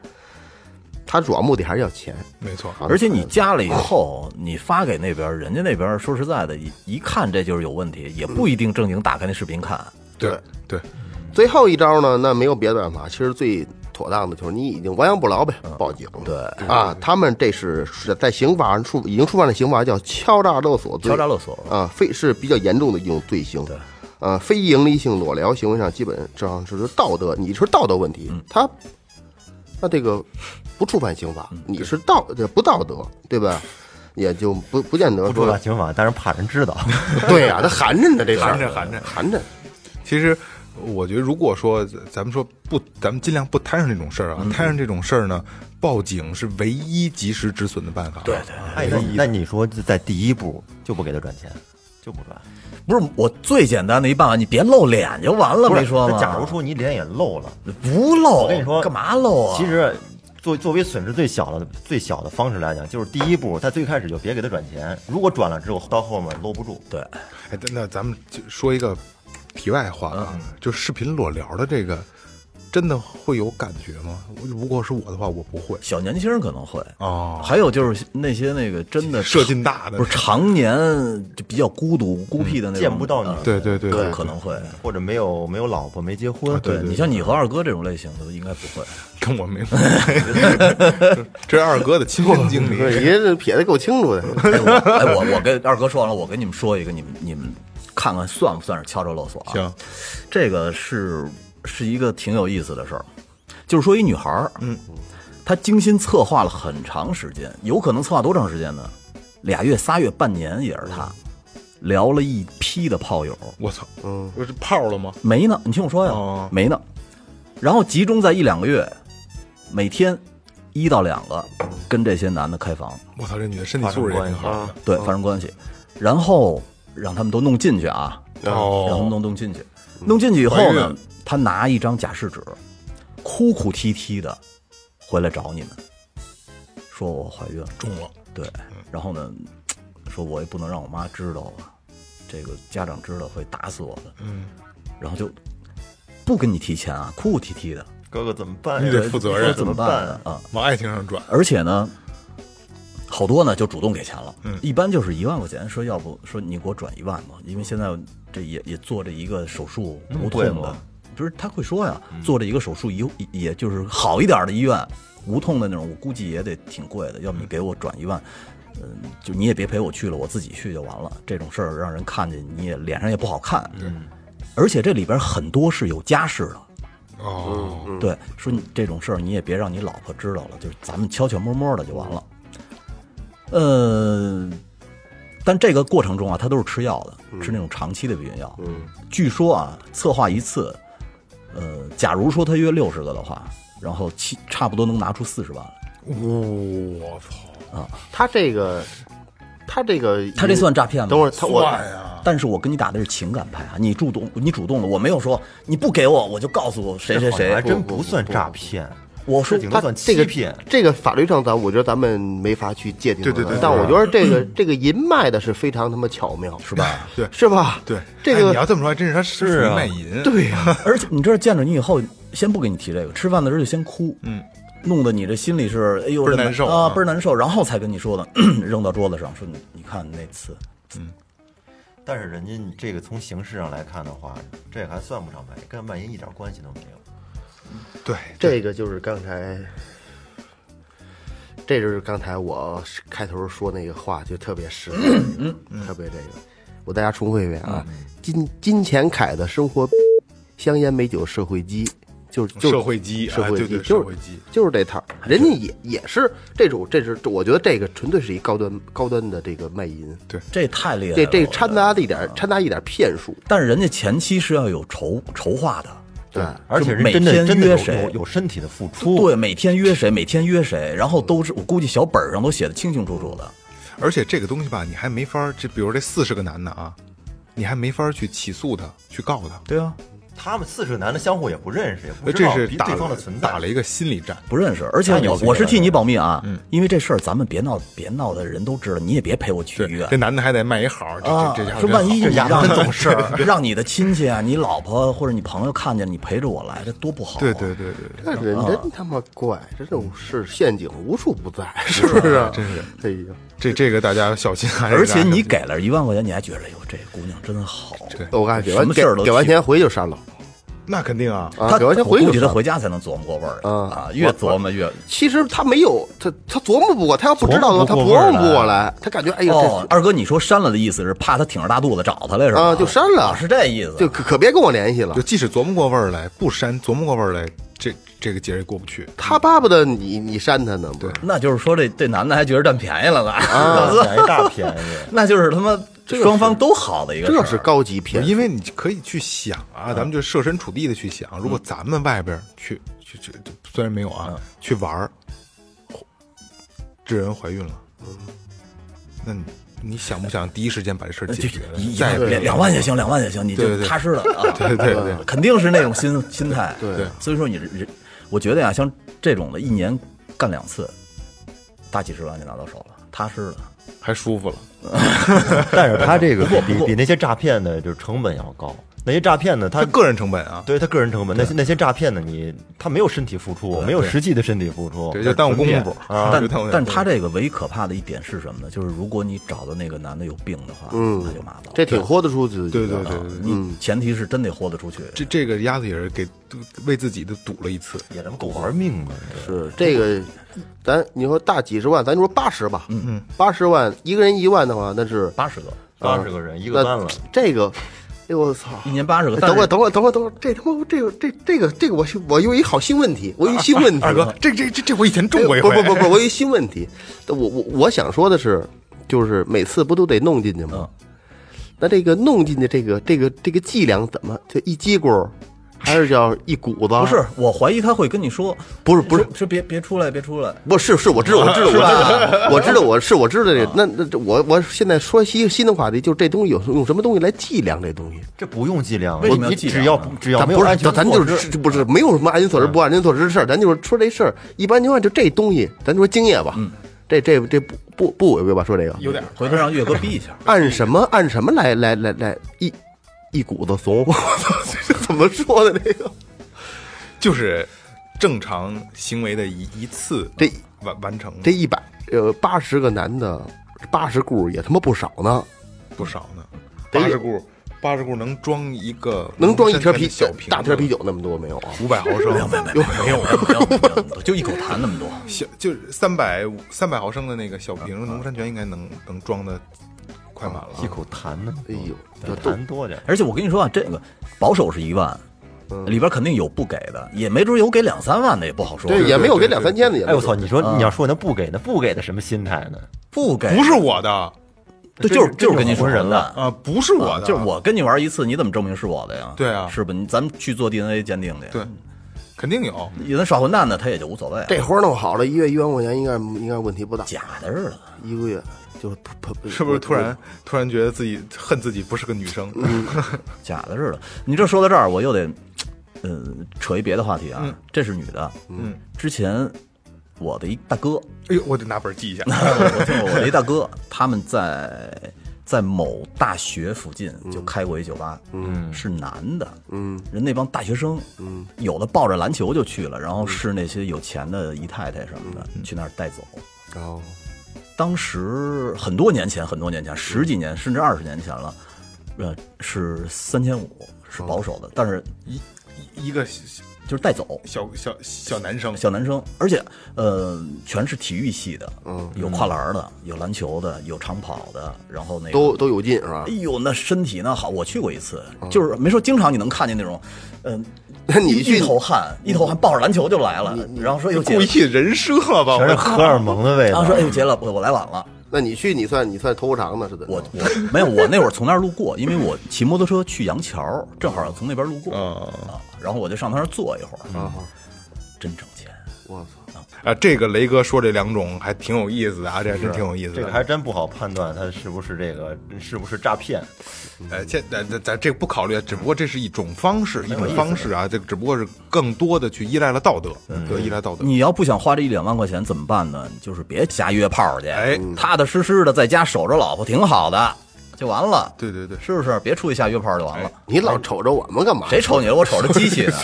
[SPEAKER 4] 他主要目的还是要钱，
[SPEAKER 3] 没错，
[SPEAKER 5] 而且你加
[SPEAKER 6] 嗯
[SPEAKER 5] 了以后，你发给那边，人家那边说实在的，一一看这就是有问题，也不一定正经打开那视频看。
[SPEAKER 6] 嗯
[SPEAKER 3] 对对，
[SPEAKER 4] 最后一招呢，那没有别的办法，其实最妥当的就是你已经亡羊补牢呗，报警。
[SPEAKER 5] 对
[SPEAKER 4] 啊，他们这是是在刑法上触已经触犯了刑罚，叫敲诈勒索罪。
[SPEAKER 5] 敲诈勒索
[SPEAKER 4] 啊，非是比较严重的一种罪行。
[SPEAKER 5] 对。
[SPEAKER 4] 啊，非盈利性裸聊行为上，基本上就是道德，你是道德问题，
[SPEAKER 3] 嗯
[SPEAKER 4] 他那这个不触犯刑法，
[SPEAKER 3] 嗯
[SPEAKER 4] 你是道这不道德，对吧？也就不不见得
[SPEAKER 6] 不说
[SPEAKER 4] 说
[SPEAKER 6] 大，刑法，但是怕人知道，
[SPEAKER 4] 对呀、啊，他含着呢，这事儿
[SPEAKER 3] 含着含着
[SPEAKER 4] 含着，
[SPEAKER 3] 其实我觉得，如果说咱咱们说不，咱们尽量不摊上这种事儿啊，摊上这种事儿呢，报警是唯一及时止损的办法。对啊对，
[SPEAKER 6] 哎，那那你说在第一步就不给他转钱，就不转，
[SPEAKER 5] 不是我最简单的一办法，你别露脸就完了，
[SPEAKER 6] 不
[SPEAKER 5] 没
[SPEAKER 6] 是？
[SPEAKER 5] 说吗？
[SPEAKER 6] 那假如说你脸也露了，
[SPEAKER 5] 不露，
[SPEAKER 6] 我跟你说
[SPEAKER 5] 干嘛露啊？
[SPEAKER 6] 其实作作为损失最小的最小的方式来讲，就是第一步，在最开始就别给他转钱，如果转了之后到后面搂不住，
[SPEAKER 5] 对，
[SPEAKER 3] 哎，那咱们就说一个题外话啊，就视频裸聊的这个，真的会有感觉吗？我如果是我的话，我不会
[SPEAKER 5] 小年轻人可能会。
[SPEAKER 3] 哦，
[SPEAKER 5] 还有就是那些那个真的
[SPEAKER 3] 射进大的
[SPEAKER 5] 不是常年就比较孤独孤僻的那
[SPEAKER 6] 嗯
[SPEAKER 5] 种，
[SPEAKER 6] 见不到
[SPEAKER 5] 呃
[SPEAKER 6] 你，
[SPEAKER 3] 对对对
[SPEAKER 5] 可
[SPEAKER 3] 对，
[SPEAKER 5] 可能会。
[SPEAKER 6] 或者没有没有老婆没结婚，
[SPEAKER 3] 对
[SPEAKER 5] 你像你和二哥这种类型的应该不会。
[SPEAKER 3] 跟我没关系 这是二哥的亲身经
[SPEAKER 4] 对，
[SPEAKER 3] 历。
[SPEAKER 4] 人家撇的够清 楚的，
[SPEAKER 5] 哎，我哎我我跟二哥说完了，我跟你们说一个，你们你们看看算不算是敲诈勒索啊？
[SPEAKER 3] 行，
[SPEAKER 5] 这个是是一个挺有意思的事儿，就是说一女孩儿，嗯，她精心策划了很长时间，有可能策划多长时间呢？俩月、仨月、半年也是她，聊了一批的炮友，
[SPEAKER 3] 我操，嗯，我是泡了吗？
[SPEAKER 5] 没呢，你听我说呀，
[SPEAKER 3] 哦
[SPEAKER 5] 没呢，然后集中在一两个月，每天一到两个跟这些男的开房，
[SPEAKER 3] 我操，这女的身体素质也挺好啊的。
[SPEAKER 5] 对，发生关系，然后让他们都弄进去啊，
[SPEAKER 3] 哦
[SPEAKER 5] 让他们都弄进去，弄进去以后
[SPEAKER 3] 怀
[SPEAKER 5] 呢
[SPEAKER 3] 孕，
[SPEAKER 5] 他拿一张假试纸，哭哭啼啼的回来找你们，说我怀孕了，
[SPEAKER 3] 中了，
[SPEAKER 5] 对，
[SPEAKER 3] 嗯
[SPEAKER 5] 然后呢，说我也不能让我妈知道啊，这个家长知道会打死我的，嗯，然后就不跟你提钱啊，哭哭啼啼的，
[SPEAKER 6] 哥哥怎么办呀？
[SPEAKER 3] 你得负责任嗯
[SPEAKER 5] 我怎么办啊？啊
[SPEAKER 3] 往爱情上转，
[SPEAKER 5] 而且呢，好多呢就主动给钱了，嗯，一般就是一万块钱，说要不说你给我转一万吧，因为现在这也也做这一个手术
[SPEAKER 6] 那么
[SPEAKER 5] 无
[SPEAKER 6] 贵
[SPEAKER 5] 痛的
[SPEAKER 6] 吗，嗯
[SPEAKER 5] 不是他会说呀，做这一个手术以后也就是好一点的医院无痛的那种，我估计也得挺贵的，要不你给我转一万。嗯，就你也别陪我去了，我自己去就完了。这种事儿让人看见你也脸上也不好看，嗯，而且这里边很多是有家室的，
[SPEAKER 3] 哦，
[SPEAKER 4] 嗯
[SPEAKER 5] 对，说你这种事儿你也别让你老婆知道了，就是咱们悄悄摸摸的就完了。呃，但这个过程中啊，他都是吃药
[SPEAKER 4] 嗯
[SPEAKER 5] 的，吃那种长期的避孕药。嗯，据说啊，策划一次，呃，假如说他约六十个的话，然后七差不多能拿出四十万来。
[SPEAKER 3] 嗯我操，
[SPEAKER 4] 他这个，他这个，
[SPEAKER 5] 他这算诈骗吗？
[SPEAKER 4] 等会儿他我
[SPEAKER 3] 算
[SPEAKER 6] 啊
[SPEAKER 3] 呀，
[SPEAKER 5] 但是我跟你打的是情感牌啊，你主动，你主动了，我没有说你不给我，我就告诉谁谁
[SPEAKER 6] 这好像还
[SPEAKER 5] 谁。
[SPEAKER 6] 真不算诈骗，
[SPEAKER 5] 我说
[SPEAKER 6] 这顶多
[SPEAKER 4] 他
[SPEAKER 6] 算
[SPEAKER 4] 这
[SPEAKER 6] 欺
[SPEAKER 4] 个
[SPEAKER 6] 骗。
[SPEAKER 4] 这个法律上咱我觉得咱们没法去界定它，
[SPEAKER 3] 对对对
[SPEAKER 4] 但
[SPEAKER 3] 对
[SPEAKER 4] 我觉得这个这个银卖的是非常他妈巧妙，是吧？
[SPEAKER 3] 对
[SPEAKER 4] 是吧？
[SPEAKER 3] 对，
[SPEAKER 4] 这
[SPEAKER 3] 哎
[SPEAKER 4] 个
[SPEAKER 3] 你要这么说，还真是他是属于
[SPEAKER 6] 啊
[SPEAKER 3] 卖淫，
[SPEAKER 4] 对呀，
[SPEAKER 5] 而且你知道见着你以后，先不给你提这个，吃饭的时候就先哭，嗯，弄得你这心里是哎呦
[SPEAKER 3] 倍儿
[SPEAKER 5] 这
[SPEAKER 3] 难受
[SPEAKER 5] 啊，
[SPEAKER 3] 啊
[SPEAKER 5] 倍儿难受，然后才跟你说的， 扔到桌子上说你你看那次，
[SPEAKER 6] 但是人家你这个从形式上来看的话，这还算不上卖淫，跟卖淫一点关系都没有。
[SPEAKER 3] 对，
[SPEAKER 4] 这个就是刚才，这就是刚才我开头说那个话，就特别实在，
[SPEAKER 3] 嗯
[SPEAKER 4] 特别这个。我大家重复一遍啊，金金钱凯的生活，香烟美酒社会鸡，就是就是
[SPEAKER 3] 社会鸡
[SPEAKER 4] 社
[SPEAKER 3] 哎
[SPEAKER 4] 会
[SPEAKER 3] 对
[SPEAKER 4] 鸡
[SPEAKER 3] 对
[SPEAKER 4] 就是
[SPEAKER 3] 社会鸡
[SPEAKER 4] 就是这套儿，人家也也是这种，这是我觉得这个纯粹是一高端高端的这个卖淫，
[SPEAKER 5] 这太厉害
[SPEAKER 4] 这
[SPEAKER 5] 了，
[SPEAKER 4] 这
[SPEAKER 5] 我觉得
[SPEAKER 4] 掺杂了一点掺杂一点骗术，
[SPEAKER 5] 但是人家前期是要有筹筹划的，
[SPEAKER 4] 对，
[SPEAKER 6] 而且
[SPEAKER 5] 就每
[SPEAKER 6] 是真的
[SPEAKER 5] 天
[SPEAKER 6] 真的
[SPEAKER 5] 约
[SPEAKER 6] 有
[SPEAKER 5] 谁
[SPEAKER 6] 有有身体的付出，
[SPEAKER 5] 对，每天约谁，每天约谁，然后都是我估计小本儿上都写的清清楚楚的，
[SPEAKER 3] 而且这个东西吧，你还没法儿，这比如这四十个男的啊，你还没法儿去起诉他，去告他，
[SPEAKER 5] 对啊，
[SPEAKER 6] 他们四十个男的相互也不认识，也不
[SPEAKER 3] 那
[SPEAKER 6] 知
[SPEAKER 3] 哎这
[SPEAKER 6] 道
[SPEAKER 3] 是
[SPEAKER 6] 彼
[SPEAKER 3] 打
[SPEAKER 6] 对方
[SPEAKER 3] 了
[SPEAKER 6] 的存在。
[SPEAKER 3] 打了一个心理战。
[SPEAKER 5] 不认识，而且
[SPEAKER 6] 太有
[SPEAKER 5] 我
[SPEAKER 6] 趣了
[SPEAKER 5] 我是替你保密啊，
[SPEAKER 3] 嗯
[SPEAKER 5] 因为这事儿咱们别闹别闹的人都知道，你也别陪我去
[SPEAKER 3] 对
[SPEAKER 5] 医院，，
[SPEAKER 3] 这男的还得卖一好，这
[SPEAKER 5] 啊，
[SPEAKER 3] 这这家伙
[SPEAKER 5] 说
[SPEAKER 3] 真
[SPEAKER 5] 万一
[SPEAKER 3] 好
[SPEAKER 5] 你
[SPEAKER 6] 家
[SPEAKER 5] 让
[SPEAKER 6] 伙真懂事儿
[SPEAKER 5] 让你的亲戚啊、你老婆或者你朋友看见你陪着我来，这多不好、啊。
[SPEAKER 3] 对对对对对，
[SPEAKER 4] 但人
[SPEAKER 5] 啊
[SPEAKER 4] 真他妈怪，这种
[SPEAKER 5] 嗯
[SPEAKER 4] 事陷阱无处不在，是不是？
[SPEAKER 3] 真是
[SPEAKER 4] 哎呀，
[SPEAKER 3] 这这个大家要小心啊！
[SPEAKER 5] 而且
[SPEAKER 3] 这个
[SPEAKER 5] 你给了一万块钱，你还觉得哟，这姑娘真好。
[SPEAKER 3] 对
[SPEAKER 4] 我告诉你，给
[SPEAKER 5] 什
[SPEAKER 4] 完
[SPEAKER 5] 么
[SPEAKER 4] 给
[SPEAKER 5] 事儿都
[SPEAKER 4] 给完
[SPEAKER 5] 去
[SPEAKER 4] 钱回去就删了
[SPEAKER 3] 那肯定啊，
[SPEAKER 4] 啊，给完钱
[SPEAKER 5] 我
[SPEAKER 4] 回去就
[SPEAKER 5] 估计
[SPEAKER 4] 删
[SPEAKER 5] 他
[SPEAKER 4] 了。
[SPEAKER 5] 回家才能琢磨过味儿
[SPEAKER 4] 嗯
[SPEAKER 5] 啊，越琢磨越
[SPEAKER 4] 其实他没有，他他琢磨不过，他要不知道的话，他
[SPEAKER 6] 琢磨
[SPEAKER 4] 琢
[SPEAKER 6] 不过味儿
[SPEAKER 4] 磨不过来，他感觉哎呦，
[SPEAKER 5] 哦。
[SPEAKER 4] 这
[SPEAKER 5] 二哥，你说删了的意思是怕他挺着大肚子找他来是吧？
[SPEAKER 4] 啊就删了
[SPEAKER 5] 啊是这意思。
[SPEAKER 4] 就可可别跟我联系了
[SPEAKER 3] 就。即使琢磨过味儿来，不删琢磨过味儿来，这这个节也过不去。
[SPEAKER 4] 他巴不得你你删他呢，不是？
[SPEAKER 5] 那就是说这这男的还觉得占便宜了呢，
[SPEAKER 4] 啊
[SPEAKER 6] 便宜啊 大便宜，
[SPEAKER 5] 那就是他妈双方都好的一个事儿。
[SPEAKER 4] 这是高级骗术，
[SPEAKER 3] 因为你可以去想啊，咱们就设身处地的去想，如果咱们外边儿去去去，虽然没有啊，去玩儿，这人怀孕了，那你你想不想第一时间把这事儿解决了？
[SPEAKER 5] 一
[SPEAKER 3] 再也不
[SPEAKER 5] 两两呃万也行，两万也行，你
[SPEAKER 3] 对对
[SPEAKER 5] 就
[SPEAKER 3] 对
[SPEAKER 5] 踏实了啊！
[SPEAKER 3] 对对对
[SPEAKER 5] 肯定是那种心心态。
[SPEAKER 4] 对
[SPEAKER 3] 对
[SPEAKER 5] 所以说你人，我觉得呀，像这种的，一年干两次，大几十万就拿到手了，踏实了。
[SPEAKER 3] 还舒服了。
[SPEAKER 6] 但是他这个
[SPEAKER 5] 不过
[SPEAKER 6] 比
[SPEAKER 5] 不过
[SPEAKER 6] 比那些诈骗的就是成本要高。那些诈骗的他
[SPEAKER 3] 他个人成本啊，
[SPEAKER 6] 对他个人成本，那些那些诈骗的你他没有身体付出，没有实际的身体付出，
[SPEAKER 3] 对，就耽误功夫啊，
[SPEAKER 5] 但
[SPEAKER 3] 就耽误
[SPEAKER 5] 但他这个唯一可怕的一点是什么呢？就是如果你找的那个男的有病的话，
[SPEAKER 4] 嗯
[SPEAKER 5] 那就麻烦了。
[SPEAKER 4] 这嗯挺豁得出去的。
[SPEAKER 3] 对对对
[SPEAKER 5] 啊，你前提是真得豁得出去。
[SPEAKER 3] 这这个鸭子也是给为自己的赌了一次，
[SPEAKER 6] 也他妈够玩命的。
[SPEAKER 4] 是这个，咱你说大几十万，咱就说八十吧，嗯嗯，八十万一个人一万的话，那是
[SPEAKER 5] 八十个，
[SPEAKER 6] 八十个人一
[SPEAKER 4] 那
[SPEAKER 6] 个班了，
[SPEAKER 4] 这个，哎呦我操！
[SPEAKER 5] 一年八十个。
[SPEAKER 4] 哎等
[SPEAKER 5] 但
[SPEAKER 4] 会儿，
[SPEAKER 5] 是
[SPEAKER 4] 等会儿，等会儿，等会儿，这他妈这个这这个这个我是我有一好新问题，我有一新问题，
[SPEAKER 3] 二哥，哎这这这这我以前中过一
[SPEAKER 4] 不
[SPEAKER 3] 回，
[SPEAKER 4] 不不不，我有一新问题，我我我想说的是，就是每次不都得弄进去吗？那这个弄进去这个这个这个剂量怎么这一击咕，还是叫一股子？
[SPEAKER 5] 不是，我怀疑他会跟你说，
[SPEAKER 4] 啊不是不是
[SPEAKER 5] 说说别别出来，别出来。
[SPEAKER 4] 不是是我知道我知道我知道我知道我是我知道这那那这我我现在说新新的话题，就是这东西有用什么东西来计量这东西？
[SPEAKER 6] 这不用计量，
[SPEAKER 5] 为什么要
[SPEAKER 6] 你
[SPEAKER 5] 计量
[SPEAKER 6] 只要
[SPEAKER 5] 呢
[SPEAKER 6] 不只要
[SPEAKER 4] 咱
[SPEAKER 6] 没有
[SPEAKER 4] 不
[SPEAKER 6] 安
[SPEAKER 4] 是，
[SPEAKER 6] 全
[SPEAKER 4] 咱咱
[SPEAKER 6] 措
[SPEAKER 4] 就是
[SPEAKER 6] 施，嗯
[SPEAKER 4] 这不是
[SPEAKER 6] 嗯
[SPEAKER 4] 没有什么安全措施不安全措施的事儿，咱就是说这事儿。一般情况下就这东西，咱就说经验吧，这这这不不不违规吧？说这个
[SPEAKER 3] 有点儿
[SPEAKER 5] 回头让岳哥逼一下。
[SPEAKER 4] 按什么按什么来来来来一一股子怂， 我操，这怎么说的这个？
[SPEAKER 3] 就是正常行为的一一次
[SPEAKER 4] 这
[SPEAKER 3] 完完成
[SPEAKER 4] 这一百呃八十个男的，八十股也他妈不少呢。
[SPEAKER 3] 不少呢，
[SPEAKER 4] 得
[SPEAKER 3] 八十固八十固能装一个
[SPEAKER 4] 能装一瓶
[SPEAKER 3] 山
[SPEAKER 4] 啤
[SPEAKER 3] 泉小
[SPEAKER 6] 嗯
[SPEAKER 3] 瓶
[SPEAKER 4] 大瓶啤酒那么多没有啊？
[SPEAKER 3] 五百毫升，
[SPEAKER 5] 没有没有没有没有，就一口痰那么多。
[SPEAKER 3] 小就是三百三百毫升的那个小瓶农夫山泉应该能能装的快满了
[SPEAKER 6] 一。口痰呢，
[SPEAKER 4] 哎呦，这都
[SPEAKER 6] 痰多点儿。
[SPEAKER 5] 而且我跟你说啊，这个保守是一万，
[SPEAKER 3] 嗯
[SPEAKER 5] 里边肯定有不给的，也没准有给两三万的，也不好说。
[SPEAKER 4] 对，也没有给两三千的，也
[SPEAKER 6] 哎，
[SPEAKER 4] 没有
[SPEAKER 6] 我操！你说你要说那不给那不给的什么心态呢？
[SPEAKER 5] 不给
[SPEAKER 3] 不是我的，
[SPEAKER 5] 对，
[SPEAKER 6] 这
[SPEAKER 5] 就是
[SPEAKER 6] 这
[SPEAKER 5] 就是跟你
[SPEAKER 6] 这
[SPEAKER 5] 说
[SPEAKER 6] 是人了
[SPEAKER 5] 的，
[SPEAKER 3] 啊，不是我的，
[SPEAKER 5] 就是我跟你玩一次，你怎么证明是我的呀？
[SPEAKER 3] 对啊
[SPEAKER 5] 是吧？你咱们去做 DNA 鉴定去。
[SPEAKER 3] 对，肯定有。
[SPEAKER 5] 有人耍混蛋的，他也就无所谓。
[SPEAKER 4] 这活儿弄好了，一月一万块钱应该应该问题不大，
[SPEAKER 5] 假的似的，
[SPEAKER 4] 一个月就是噗噗
[SPEAKER 3] 是不是突
[SPEAKER 4] 嗯
[SPEAKER 3] 然突然觉得自己恨自己不是个女生？
[SPEAKER 5] 假的似的。你这说到这儿，我又得，呃，扯一别的话题啊。这是女的，
[SPEAKER 3] 嗯，
[SPEAKER 5] 之前我的一大哥，
[SPEAKER 3] 哎呦，我得拿本儿记一下。
[SPEAKER 5] 我听我的一大哥，他们在在某大学附近就开过一酒吧，嗯，是男的，嗯，人那帮大学生，嗯，有的抱着篮球就去了，然后是那些有钱的姨太太什么的、去那儿带走。
[SPEAKER 4] 然后
[SPEAKER 5] 当时很多年前，很多年前，十几年甚至二十年前了，呃，是三千五是保守的，但是
[SPEAKER 3] 一一一个小
[SPEAKER 5] 就是带走。
[SPEAKER 3] 小小小男生，
[SPEAKER 5] 小男生，而且呃，全是体育系的，嗯，有跨栏的，有篮球的，有长跑的，然后那个
[SPEAKER 4] 都都有劲是吧
[SPEAKER 5] 哎？呦，那身体那好，我去过一次，就是没说经常你能看见那种，嗯、
[SPEAKER 4] 那你
[SPEAKER 5] 一
[SPEAKER 4] 去
[SPEAKER 5] 一头汗，一头汗抱着篮球就来了，然后说哎又结
[SPEAKER 3] 故
[SPEAKER 5] 了，
[SPEAKER 3] 意 人设吧？
[SPEAKER 6] 全是
[SPEAKER 3] 我靠
[SPEAKER 6] 荷尔蒙的味
[SPEAKER 5] 然后
[SPEAKER 6] 道
[SPEAKER 5] 说。哎呦结了，我我来晚了，
[SPEAKER 4] 那你去你算你算偷肠呢是怎么
[SPEAKER 5] 我
[SPEAKER 4] 着？
[SPEAKER 5] 我没有，我那会儿从那儿路过，因为我骑摩托车去杨桥，正好从那边路过
[SPEAKER 3] 嗯哦
[SPEAKER 5] 啊，然后我就上他那儿坐一会
[SPEAKER 4] 嗯
[SPEAKER 5] 儿，啊真挣钱，
[SPEAKER 4] 啊我操！
[SPEAKER 3] 啊，这个雷哥说这两种还挺有意思的啊，这还真挺有意思的。
[SPEAKER 6] 这个还真不好判断，它是不是这个是不是诈骗？
[SPEAKER 3] 呃，现咱咱咱这个不考虑，啊只不过这是一种方式，一种方式啊，这个只不过是更多的去依赖了道德，对，依赖道德。
[SPEAKER 5] 你要不想花这一两万块钱怎么办呢？就是别瞎约炮去，
[SPEAKER 3] 哎
[SPEAKER 5] 踏踏实实的在家守着老婆挺好的，就完了，
[SPEAKER 3] 对对对，
[SPEAKER 5] 是不是？别出去瞎约炮就完了。
[SPEAKER 4] 你老瞅着我们干嘛？
[SPEAKER 5] 谁瞅你了？我瞅着机器呢，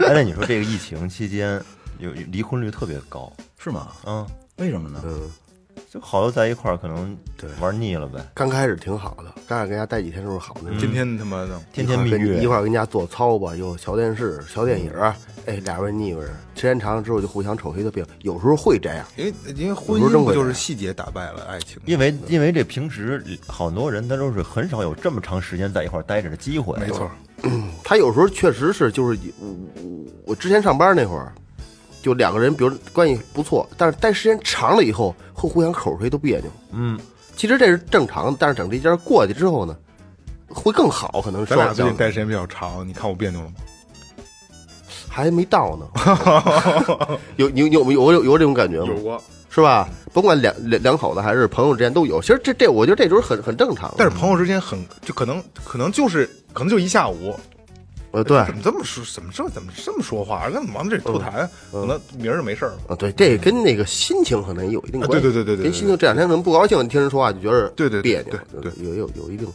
[SPEAKER 6] 哎，那你说这个疫情期间有有离婚率特别高，
[SPEAKER 5] 是吗？
[SPEAKER 6] 嗯，
[SPEAKER 5] 为什么呢？
[SPEAKER 6] 就好友在一块儿可能玩腻了呗，
[SPEAKER 4] 刚开始挺好的，刚开始跟家待几天时候好
[SPEAKER 5] 嗯
[SPEAKER 4] 呢。
[SPEAKER 3] 今天他妈的，
[SPEAKER 6] 天天蜜
[SPEAKER 4] 一
[SPEAKER 6] 月
[SPEAKER 4] 会。儿跟家做操吧，又瞧电视、瞧电影儿，哎，俩人腻歪着，时间长了之后就互相瞅谁的病，有时候会这样。
[SPEAKER 3] 因为因为婚
[SPEAKER 4] 我说
[SPEAKER 3] 姻
[SPEAKER 4] 真
[SPEAKER 3] 不
[SPEAKER 4] 会
[SPEAKER 3] 就是
[SPEAKER 4] 来
[SPEAKER 3] 细节打败了爱情吗？
[SPEAKER 6] 因为因为这平时好多人他都是很少有这么长时间在一块儿待着的机会，
[SPEAKER 3] 没错，
[SPEAKER 4] 他有时候确实是，就是我我我之前上班那会儿，就两个人，比如关系不错，但是待时间长了以后，会互相口谁都别扭。嗯，其实这是正常的，但是等这家过去之后呢，会更好，可能
[SPEAKER 3] 咱俩最
[SPEAKER 4] 双
[SPEAKER 3] 近
[SPEAKER 4] 向
[SPEAKER 3] 待时间比较长，你看我别扭了吗？
[SPEAKER 4] 还没到呢。 有你有有有有有这种感觉吗？
[SPEAKER 3] 过，
[SPEAKER 4] 是吧？甭管两两两口子还是朋友之间都有，其实这这我觉得这时候很很正常。
[SPEAKER 3] 但是朋友之间很就可能可能就是可能就一下午，
[SPEAKER 4] 呃对
[SPEAKER 3] 哎怎么这么说？怎么这怎么这么说话？跟往这吐痰，可能明儿就没事儿了。
[SPEAKER 4] 啊，对，这跟那个心情可能也有一定
[SPEAKER 3] 啊
[SPEAKER 4] 关系。
[SPEAKER 3] 对对对对对对
[SPEAKER 4] 跟心情这两天可能不高兴，你听人说话就觉得
[SPEAKER 3] 对对对
[SPEAKER 4] 别扭，
[SPEAKER 3] 对对
[SPEAKER 4] 有有有一定。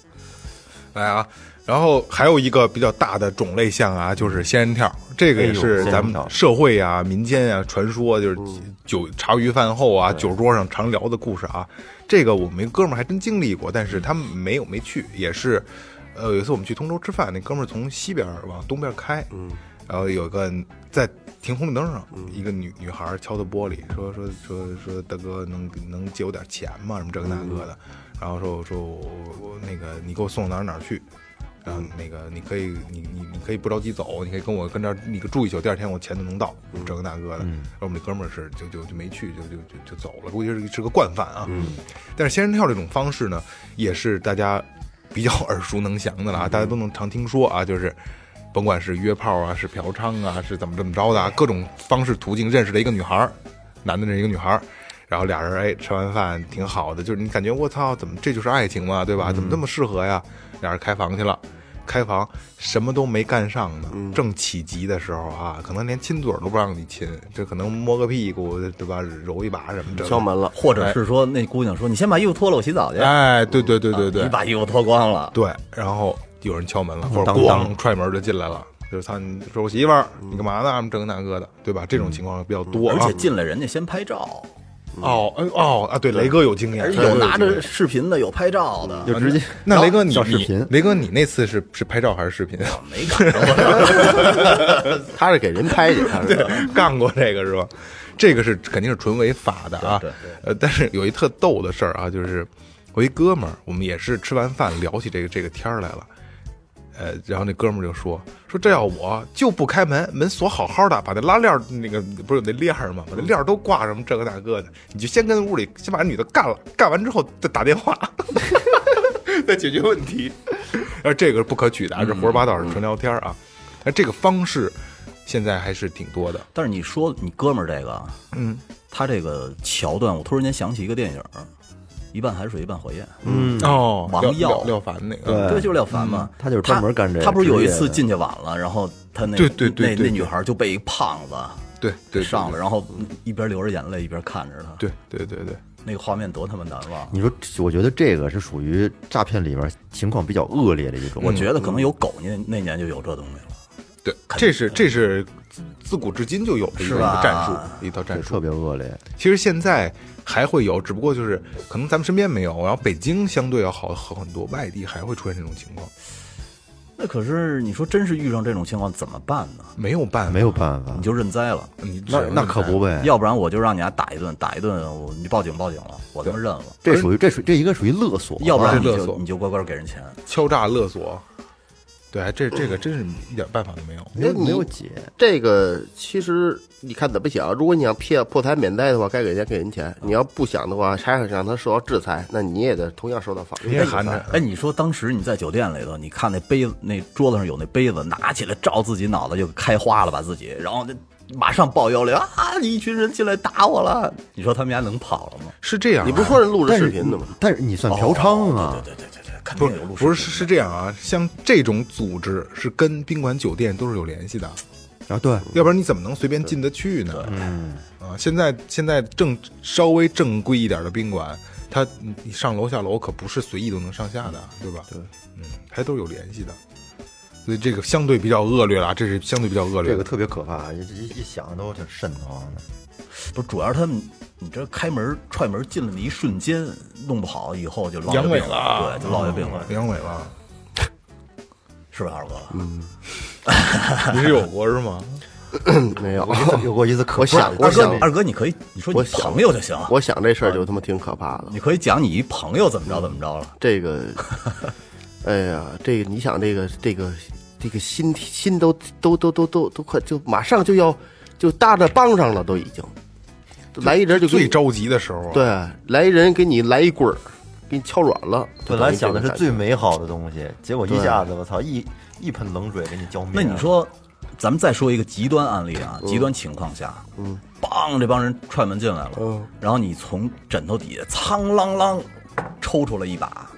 [SPEAKER 3] 来啊，然后还有一个比较大的种类项啊，就是仙人跳，这个也是咱们社会啊、民间啊、传说，就是酒茶余饭后啊、酒桌上常聊的故事啊。这个我们一哥们儿还真经历过，但是他们没有没去，也是，呃，有一次我们去通州吃饭，那哥们儿从西边儿往东边开，嗯，然后有个在停红绿灯上，一个女女孩儿敲的玻璃，说说说说大哥能能借我点钱吗？什么这个那个的，然后说我说我我我那个你给我送哪儿哪儿去，然后那个你可以你你你可以不着急走，你可以跟我跟这儿你住一宿，第二天我钱就能到，这个那个的。然后我们这哥们儿是就就就没去，就就就就走了，估计是是个惯犯啊。但是仙人跳这种方式呢，也是大家比较耳熟能详的了
[SPEAKER 4] 嗯
[SPEAKER 3] 啊，大家都能常听说啊，就是。甭管是约炮啊，是嫖娼啊，是怎么这么着的啊，各种方式途径认识了一个女孩儿，男的认识一个女孩儿，然后俩人哎吃完饭挺
[SPEAKER 4] 嗯
[SPEAKER 3] 好的，就是你感觉我操，怎么这就是爱情嘛，对吧？怎么这么适合呀？俩人开房去了，开房什么都没干上呢，
[SPEAKER 4] 嗯
[SPEAKER 3] 正起急的时候啊，可能连亲嘴儿都不让你亲，这可能摸个屁股对吧，揉一把什么
[SPEAKER 4] 敲
[SPEAKER 3] 的。
[SPEAKER 4] 门了，
[SPEAKER 5] 或者是说那姑娘说你先把衣服脱了，我洗澡去。
[SPEAKER 3] 哎，对对对
[SPEAKER 4] 啊
[SPEAKER 3] 对对，
[SPEAKER 5] 你把衣服脱光了，
[SPEAKER 3] 对，然后有人敲门了，或者
[SPEAKER 6] 嗯当
[SPEAKER 3] 咣
[SPEAKER 6] 当
[SPEAKER 3] 踹门就进来了，就是操，你说我媳妇儿，你干嘛呢？这个那个的，对吧？这
[SPEAKER 6] 嗯
[SPEAKER 3] 种情况比较多啊。
[SPEAKER 5] 而且进来人家先拍照，
[SPEAKER 3] 哦，哎哦啊，对，雷哥有经验，
[SPEAKER 5] 有拿着视频的，有拍照的，
[SPEAKER 6] 就直接
[SPEAKER 3] 那雷哥你
[SPEAKER 6] 小视
[SPEAKER 3] 你
[SPEAKER 6] 频
[SPEAKER 3] 雷哥你那次是是拍照还是视频？
[SPEAKER 5] 没赶上我。
[SPEAKER 4] 他是给人拍去， 他是
[SPEAKER 3] 干过这个是吧？这个是肯定是纯违法的啊。
[SPEAKER 5] 对
[SPEAKER 3] 呃，但是有一特逗的事儿啊，就是我一哥们儿，我们也是吃完饭聊起这个这个天儿来了。呃，然后那哥们儿就说说这要我就不开门，门锁好好的，把那拉链儿那个不是有那链儿吗？把那链儿都挂什么这个那个的，你就先跟屋里先把那女的干了，干完之后再打电话， 再解决问题。而这个是不可取的啊，这胡说八道是纯聊天儿啊。那这个方式现在还是挺多的，
[SPEAKER 5] 但是你说你哥们儿这个，
[SPEAKER 3] 嗯，
[SPEAKER 5] 他这个桥段，我突然间想起一个电影儿，一半海水一半火焰，
[SPEAKER 6] 嗯
[SPEAKER 3] 哦
[SPEAKER 5] 王
[SPEAKER 3] 廖
[SPEAKER 5] 耀
[SPEAKER 3] 廖廖凡那个，
[SPEAKER 5] 对，就是廖凡嘛，
[SPEAKER 6] 他就是专门干这个
[SPEAKER 5] 他不是有
[SPEAKER 6] 职
[SPEAKER 5] 一
[SPEAKER 6] 业
[SPEAKER 5] 次
[SPEAKER 6] 的
[SPEAKER 5] 进去晚了，然后他那
[SPEAKER 3] 对对对
[SPEAKER 5] 那
[SPEAKER 3] 对
[SPEAKER 5] 那女孩就被一胖子
[SPEAKER 3] 对对
[SPEAKER 5] 上了，，然后一边流着眼泪一边看着他，
[SPEAKER 3] 对嗯对对对对，
[SPEAKER 5] 那个画面多他妈难忘。
[SPEAKER 6] 你说，我觉得这个是属于诈骗里边情况比较恶劣的一种。
[SPEAKER 5] 我觉得可能有狗那那年就有这东西了，
[SPEAKER 3] 对，这是这是自古至今就有的一
[SPEAKER 5] 是
[SPEAKER 3] 个一
[SPEAKER 5] 吧
[SPEAKER 3] 个战术，一套战术。
[SPEAKER 6] 特别恶劣，
[SPEAKER 3] 其实现在还会有，只不过就是可能咱们身边没有，然后北京相对要好好很多，外地还会出现这种情况，
[SPEAKER 5] 那可是你说真是遇上这种情况怎么办呢？
[SPEAKER 3] 没有办法，
[SPEAKER 6] 没有办法
[SPEAKER 5] 你。就认栽了，
[SPEAKER 3] 你
[SPEAKER 6] 那那可不，
[SPEAKER 3] 哎
[SPEAKER 6] 呗，
[SPEAKER 5] 要不然我就让你俩打一顿，打一顿我你报警报警了，我他妈认了。
[SPEAKER 6] 这属于这属于这应该属于勒索。
[SPEAKER 5] 要不然你
[SPEAKER 3] 啊这勒
[SPEAKER 5] 就
[SPEAKER 3] 索
[SPEAKER 5] 你就乖乖给人钱。
[SPEAKER 3] 敲诈勒索，对，还这这个真是一点办法都没有。
[SPEAKER 6] 没有
[SPEAKER 4] 你
[SPEAKER 6] 没有解，
[SPEAKER 4] 这个其实你看怎么想，如果你要骗破财免灾的话，该给钱给人钱；你要不想的话，还让他受到制裁，那你也得同样受到法律
[SPEAKER 3] 你也
[SPEAKER 4] 制
[SPEAKER 3] 含着
[SPEAKER 4] 裁。，
[SPEAKER 5] 哎，你说当时你在酒店里头，你看那杯子，那桌子上有那杯子，拿起来照自己脑袋就开花了吧自己，然后那马上报幺零啊！一群人进来打我了，你说他们家能跑了吗？
[SPEAKER 3] 是这样啊，
[SPEAKER 4] 你不是说人录着
[SPEAKER 6] 但
[SPEAKER 4] 视
[SPEAKER 6] 是
[SPEAKER 4] 频的吗？
[SPEAKER 6] 但是你算嫖娼
[SPEAKER 5] 哦
[SPEAKER 6] 啊，
[SPEAKER 5] 对对对对对，肯定
[SPEAKER 3] 不是
[SPEAKER 5] 有路
[SPEAKER 3] 不是是是这样啊，像这种组织是跟宾馆酒店都是有联系的，
[SPEAKER 6] 啊对，
[SPEAKER 3] 要不然你怎么能随便进得去呢？嗯，啊，现在现在正稍微正规一点的宾馆，它你你上楼下楼可不是随意都能上下的，对吧？对，嗯，它都是有联系的，所以这个相对比较恶劣了啊，这是相对比较恶劣
[SPEAKER 6] 这
[SPEAKER 3] 的。
[SPEAKER 6] 个特别可怕。一一想都挺瘆得慌的。
[SPEAKER 5] 不是主要是他们，你这开门踹门进来的一瞬间，弄不好以后就落下
[SPEAKER 3] 阳痿
[SPEAKER 5] 病
[SPEAKER 3] 了啊嗯
[SPEAKER 5] 对，就
[SPEAKER 4] 嗯
[SPEAKER 5] 落下病了，
[SPEAKER 3] 阳痿了，啊
[SPEAKER 5] 是吧，二哥？
[SPEAKER 4] 嗯
[SPEAKER 3] 你是有过是吗？
[SPEAKER 4] 没有，
[SPEAKER 6] 有过一次可
[SPEAKER 4] 我想过
[SPEAKER 5] 二
[SPEAKER 4] 想
[SPEAKER 5] 哥，二哥，你可以你说你
[SPEAKER 4] 我想
[SPEAKER 5] 朋友就行，
[SPEAKER 4] 我想这事儿就他妈挺可怕的。
[SPEAKER 5] 你可以讲你一朋友怎么着怎么着了。
[SPEAKER 4] 这个，哎呀，这个你想这个这个这个心心都都都都都都快就马上就要就搭着帮上了，都已经来一人就给你
[SPEAKER 3] 最着急的时候、啊，
[SPEAKER 4] 对，来一人给你来一棍儿，给你敲软了。就
[SPEAKER 6] 本来
[SPEAKER 4] 等于这
[SPEAKER 6] 想的
[SPEAKER 4] 个
[SPEAKER 6] 是
[SPEAKER 4] 感觉
[SPEAKER 6] 最美好的东西，结果一下子我操一一盆冷水给你浇灭。
[SPEAKER 5] 那你，
[SPEAKER 4] 啊
[SPEAKER 5] 说，咱们再说一个极端案例啊，极端情况下，嗯，梆，这帮人踹门进来了，
[SPEAKER 4] 嗯
[SPEAKER 5] 然后你从枕头底下苍啷啷抽出了一把，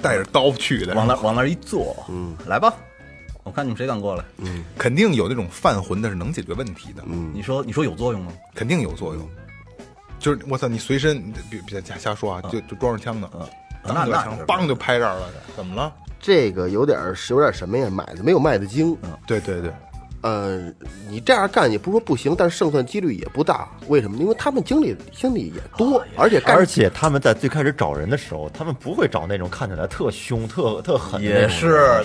[SPEAKER 3] 带着刀去的，
[SPEAKER 5] 往那往那一坐，嗯，来吧，我看你们谁敢过来。
[SPEAKER 3] 肯定有那种犯浑的是能解决问题的，
[SPEAKER 4] 嗯
[SPEAKER 5] 你说你说有作用吗？
[SPEAKER 3] 肯定有作用。就是我操，你随身你别别瞎瞎说啊，就就装着枪呢，当
[SPEAKER 5] 嗯那
[SPEAKER 3] 着
[SPEAKER 5] 那
[SPEAKER 3] 枪
[SPEAKER 5] 是
[SPEAKER 3] 梆就拍这儿了，怎么了？
[SPEAKER 4] 这个有点儿有点儿什么呀？买的没有卖的精。
[SPEAKER 6] 嗯
[SPEAKER 3] 对对对，
[SPEAKER 4] 呃，你这样干也不是说不行，但是胜算几率也不大。为什么？因为他们经理经理也多，
[SPEAKER 6] 哦
[SPEAKER 4] 而且干
[SPEAKER 6] 而且他们在最开始找人的时候，他们不会找那种看起来特凶、特特狠的那种
[SPEAKER 5] 也
[SPEAKER 6] 人，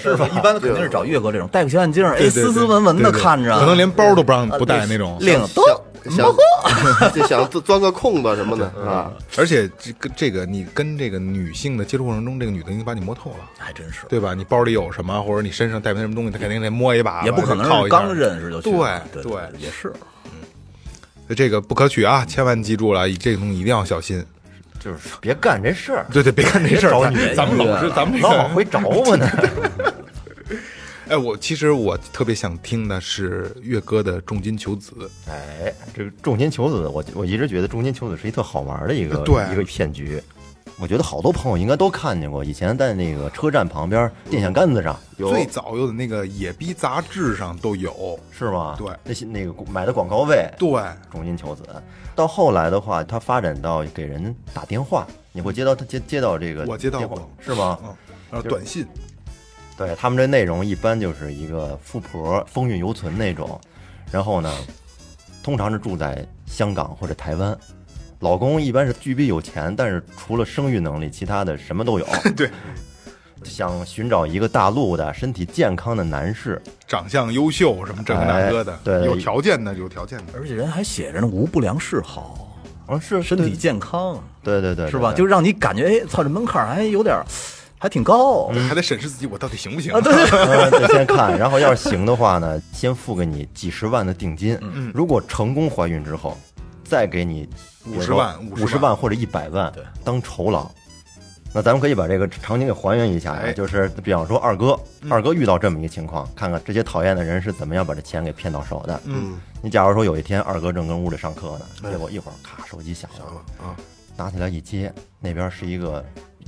[SPEAKER 5] 是，是吧？一般的肯定是找岳哥这种 戴个小眼镜，哎，斯斯文文的看着，啊呃
[SPEAKER 3] 可能连包都不让不带那种。
[SPEAKER 5] 领都
[SPEAKER 4] 想 想就想钻个空子什么的啊。
[SPEAKER 6] 嗯
[SPEAKER 3] 而且这个这个，你跟这个女性的接触过程中，这个女的已经把你摸透了，
[SPEAKER 5] 还真是，
[SPEAKER 3] 对吧？你包里有什么，或者你身上带没什么东西，她肯定得摸一把吧，
[SPEAKER 5] 也不可能
[SPEAKER 3] 套
[SPEAKER 5] 是
[SPEAKER 3] 一下
[SPEAKER 5] 刚认识就去，
[SPEAKER 3] 对
[SPEAKER 5] 对
[SPEAKER 3] 对，
[SPEAKER 5] 也是。
[SPEAKER 3] 这个不可取啊！千万记住了，这个东西一定要小心。
[SPEAKER 6] 就是别干这事儿，
[SPEAKER 3] 对对，别干这事
[SPEAKER 6] 别
[SPEAKER 3] 儿
[SPEAKER 6] 找，
[SPEAKER 3] 咱
[SPEAKER 6] 女人
[SPEAKER 3] 咱们老是咱
[SPEAKER 5] 啊
[SPEAKER 3] 们这
[SPEAKER 6] 老
[SPEAKER 3] 个
[SPEAKER 6] 往回找我呢。
[SPEAKER 3] 哎，我其实我特别想听的是岳哥的重金求子，
[SPEAKER 6] 哎，这个重金求子，我我一直觉得重金求子是一特好玩的一个
[SPEAKER 3] 对
[SPEAKER 6] 一个骗局。我觉得好多朋友应该都看见过，以前在那个车站旁边电线杆子上
[SPEAKER 4] 有
[SPEAKER 3] 最早有的那个野逼杂志上都有，
[SPEAKER 6] 是吗？
[SPEAKER 3] 对
[SPEAKER 6] 那些那个买的广告位，
[SPEAKER 3] 对，
[SPEAKER 6] 种心求子。到后来的话，它发展到给人打电话，你会接到接接到这个，
[SPEAKER 3] 我接到过
[SPEAKER 6] 是吗？
[SPEAKER 3] 嗯，然后短信，
[SPEAKER 6] 对他们这内容一般就是一个富婆风韵犹存那种，然后呢，通常是住在香港或者台湾，老公一般是巨逼有钱，但是除了生育能力，其他的什么 都有。
[SPEAKER 3] 对，
[SPEAKER 6] 想寻找一个大陆的身体健康的男士，
[SPEAKER 3] 长相优秀什么这个那个的
[SPEAKER 6] 哎，对
[SPEAKER 3] 有条件的有条件的，
[SPEAKER 5] 而且人还写着呢，无不良嗜好，
[SPEAKER 6] 啊是
[SPEAKER 5] 身体健康，
[SPEAKER 6] 对对对对
[SPEAKER 5] 是吧？
[SPEAKER 6] 对
[SPEAKER 5] 就让你感觉，哎，操，这门槛还有点儿，还挺高。
[SPEAKER 3] 还得审视自己我到底行不行
[SPEAKER 5] 啊，对对对，
[SPEAKER 6] 嗯得先看，然后要是行的话呢，先付给你几十万的定金。如果成功怀孕之后，再给你
[SPEAKER 3] 50万
[SPEAKER 6] 五十
[SPEAKER 3] 50
[SPEAKER 6] 万
[SPEAKER 3] 万
[SPEAKER 6] 或者一百万当酬劳。那咱们可以把这个场景给还原一下呀，
[SPEAKER 3] 哎
[SPEAKER 6] 就是比方说二哥，二哥遇到这么一个情况，看看这些讨厌的人是怎么样把这钱给骗到手的。嗯，你假如说有一天二哥正跟屋里上课呢，结果一会儿咔手机响了，
[SPEAKER 4] 啊，
[SPEAKER 6] 拿起来一接，那边是一个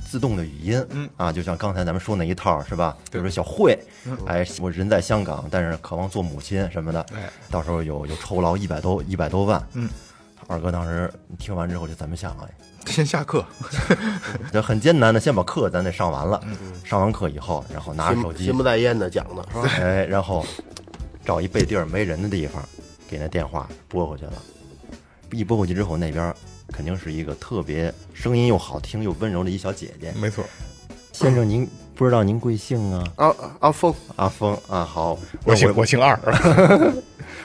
[SPEAKER 6] 自动的语音，嗯啊，就像刚才咱们说那一套是吧？比如说小慧，哎，我人在香港，但是渴望做母亲什么的，
[SPEAKER 3] 哎，
[SPEAKER 6] 到时候有有酬劳一百多一百多万，
[SPEAKER 3] 嗯，
[SPEAKER 6] 二哥当时听完之后就怎么想啊？
[SPEAKER 3] 先下课，
[SPEAKER 6] 就很艰难的先把课咱得上完了，上完课以后，然后拿着
[SPEAKER 4] 心
[SPEAKER 6] 手机
[SPEAKER 4] 心不，在焉的讲的是吧？
[SPEAKER 6] 哎，然后找一背地儿没人的地方，给那电话拨回去了。一拨过去之后，那边肯定是一个特别声音又好听又温柔的一小姐姐。
[SPEAKER 3] 没错，
[SPEAKER 6] 先生，您不知道您贵姓啊？
[SPEAKER 4] 啊啊，风
[SPEAKER 6] 阿峰啊，好，
[SPEAKER 3] 我
[SPEAKER 6] 那
[SPEAKER 3] 姓
[SPEAKER 6] 我
[SPEAKER 3] 我姓嗯二，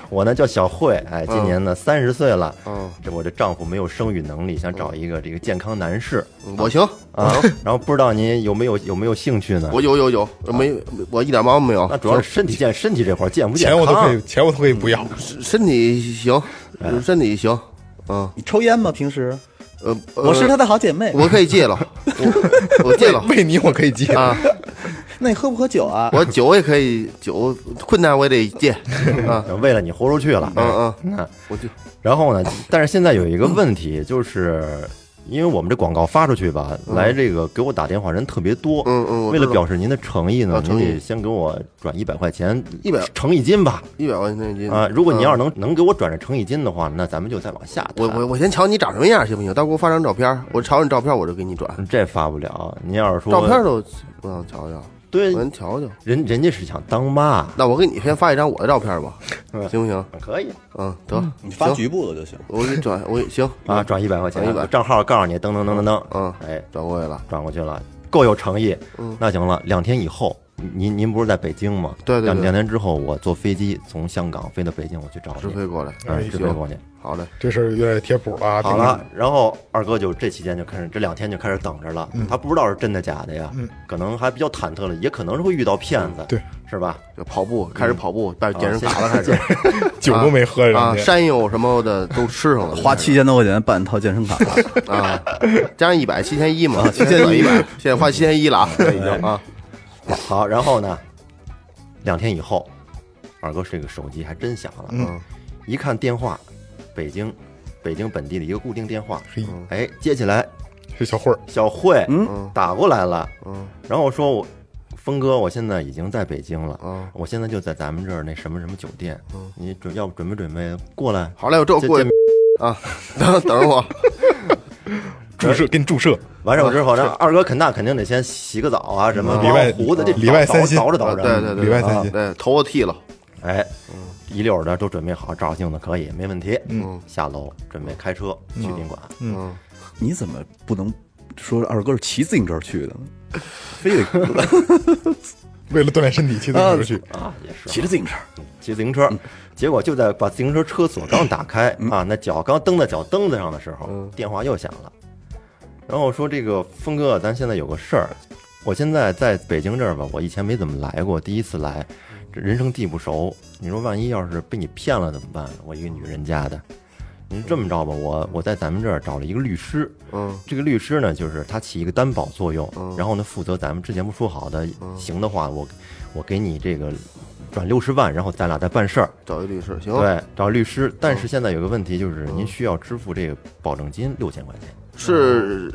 [SPEAKER 6] 我呢叫小慧，哎，今年呢三十岁了，
[SPEAKER 4] 嗯，
[SPEAKER 6] 这我这丈夫没有生育能力，想找一个这个健康男士
[SPEAKER 4] 我行，
[SPEAKER 3] 嗯
[SPEAKER 6] 啊，然后不知道您有没有有没有兴趣呢？
[SPEAKER 4] 我有有有，没我一点毛病没有。
[SPEAKER 6] 啊那主要是身体健身体这块儿 健不健
[SPEAKER 3] 钱
[SPEAKER 6] 康？
[SPEAKER 3] 我都可以，钱我都可以不要，
[SPEAKER 4] 身身体行，
[SPEAKER 6] 哎
[SPEAKER 4] 身体行，嗯
[SPEAKER 5] 你抽烟吗？平时？
[SPEAKER 4] 呃，呃
[SPEAKER 5] 我是他，的好姐妹。
[SPEAKER 4] 我可以 戒了，我我戒了
[SPEAKER 3] 为你我可以接，
[SPEAKER 4] 啊，
[SPEAKER 5] 那你喝不喝酒啊？
[SPEAKER 4] 我酒也可以，酒困难我也得戒啊，
[SPEAKER 6] 为了你豁出去了，
[SPEAKER 4] 嗯嗯，
[SPEAKER 6] 嗯。
[SPEAKER 4] 我就
[SPEAKER 6] 然后 呢，但是现在有一个问题，就是因为我们这广告发出去吧，来这个给我打电话人特别多，
[SPEAKER 4] 嗯嗯我
[SPEAKER 6] 为
[SPEAKER 4] 知道
[SPEAKER 6] 了表示您的诚意呢
[SPEAKER 4] 啊，
[SPEAKER 6] 您
[SPEAKER 4] 诚意
[SPEAKER 6] 得先给我转一百块钱，
[SPEAKER 4] 100
[SPEAKER 6] 乘一斤吧。
[SPEAKER 4] 一百块钱一斤
[SPEAKER 6] 啊，如果您要是
[SPEAKER 4] 嗯
[SPEAKER 6] 能能给我转成乘一斤的话，那咱们就再往下谈。
[SPEAKER 4] 我我我先瞧你长什么样行不行？到时候给我发张照片，我瞧你照片我就给你转，
[SPEAKER 6] 这发不了。您要是说
[SPEAKER 4] 照片都我想瞧瞧，
[SPEAKER 6] 对
[SPEAKER 4] 我先瞧瞧。
[SPEAKER 6] 人人家是想当妈，
[SPEAKER 4] 那我给你先发一张我的照片吧，行不行？
[SPEAKER 6] 可以
[SPEAKER 4] 嗯，得，
[SPEAKER 5] 你发
[SPEAKER 4] 行
[SPEAKER 5] 局部的就行。
[SPEAKER 4] 我给你 转，我给行
[SPEAKER 6] 啊，转一百块钱，
[SPEAKER 4] 转100
[SPEAKER 6] 账号告诉你，噔噔噔噔噔，
[SPEAKER 4] 嗯
[SPEAKER 6] 哎，
[SPEAKER 4] 转过来了。
[SPEAKER 6] 转过去了，够有诚意。
[SPEAKER 4] 嗯
[SPEAKER 6] 那行了，两天以后，您您不是在北京吗？
[SPEAKER 4] 对对
[SPEAKER 6] 两
[SPEAKER 4] 对
[SPEAKER 6] 两天之后，我坐飞机从香港飞到北京，我去找
[SPEAKER 4] 直
[SPEAKER 6] 你
[SPEAKER 4] 飞，过来，
[SPEAKER 6] 哎，直飞
[SPEAKER 4] 行
[SPEAKER 6] 过去。
[SPEAKER 4] 好嘞，
[SPEAKER 3] 这事儿有点贴谱了啊，
[SPEAKER 6] 好
[SPEAKER 3] 丁
[SPEAKER 6] 了，然后二哥就这期间就开始，这两天就开始等着
[SPEAKER 4] 嗯
[SPEAKER 6] 了。他不知道是真的假的呀，可能还比较忐忑了，也可能是会遇到骗子，
[SPEAKER 3] 对，
[SPEAKER 6] 是吧？
[SPEAKER 4] 就跑步开
[SPEAKER 6] 嗯
[SPEAKER 4] 始跑步，办健身卡 了
[SPEAKER 6] 啊
[SPEAKER 4] 开 始，
[SPEAKER 3] 丁酒都没喝着
[SPEAKER 4] 啊，
[SPEAKER 3] 人家，
[SPEAKER 4] 山药什么的都吃 上了，
[SPEAKER 5] 花七千多块钱办一套健身卡，
[SPEAKER 4] 啊，加上一百七千一嘛，
[SPEAKER 5] 啊七千一哎
[SPEAKER 4] 一百，现在花七千一了啊，已经啊，
[SPEAKER 6] 好，然后呢，两天以后，二哥这个手机还真响了，嗯，一看电话，北京，北京本地的一个固定电话，
[SPEAKER 3] 嘿，
[SPEAKER 6] 哎，接起来，
[SPEAKER 3] 这小慧儿
[SPEAKER 6] 小慧，嗯，打过来了，嗯，然后我说我，峰哥，我现在已经在北京了，
[SPEAKER 4] 嗯
[SPEAKER 6] 我现在就在咱们这儿那什么什么酒店，嗯，你准要不准备准备过来？
[SPEAKER 4] 好嘞，我这
[SPEAKER 6] 这
[SPEAKER 4] 过
[SPEAKER 6] 这
[SPEAKER 4] 去啊，等等 我，
[SPEAKER 3] 注射给你注射，
[SPEAKER 6] 完事儿之后，
[SPEAKER 4] 嗯
[SPEAKER 6] 让二哥肯那肯定得先洗个澡啊，什么
[SPEAKER 3] 礼拜
[SPEAKER 6] 刮胡子这
[SPEAKER 3] 礼拜三新
[SPEAKER 6] 捯饬捯饬捯
[SPEAKER 4] 啊
[SPEAKER 6] 饬，
[SPEAKER 4] 对对嗯对，
[SPEAKER 3] 礼拜三
[SPEAKER 4] 啊
[SPEAKER 3] 见
[SPEAKER 4] 对，头我剃了，
[SPEAKER 6] 哎，一溜儿的都准备好，照着镜子可以，没问题。嗯，下楼准备开车去宾馆。
[SPEAKER 4] 嗯，
[SPEAKER 5] 你怎么不能说二哥是骑自行车去的呢？非得
[SPEAKER 3] 为了锻炼身体，骑自行车去，
[SPEAKER 6] 啊，也是
[SPEAKER 5] 骑着自行车，
[SPEAKER 6] 骑自行车，结果就在把自行车车锁刚打开啊，那脚刚蹬在脚蹬子上的时候，电话又响了。然后我说：“这个峰哥，咱现在有个事儿，我现在在北京这儿吧，我以前没怎么来过，第一次来，这人生地不熟。你说万一要是被你骗了怎么办？我一个女人家的。”您这么着吧，我我在咱们这儿找了一个律师，
[SPEAKER 4] 嗯，
[SPEAKER 6] 这个律师呢，就是他起一个担保作用，然后呢负责咱们之前不说好的，行的话，我我给你这个转六十万，然后咱俩再办事儿，
[SPEAKER 4] 找一律师行，，
[SPEAKER 6] 对，找律师。但是现在有个问题就是，您需要支付这个保证金六千块钱，
[SPEAKER 4] 是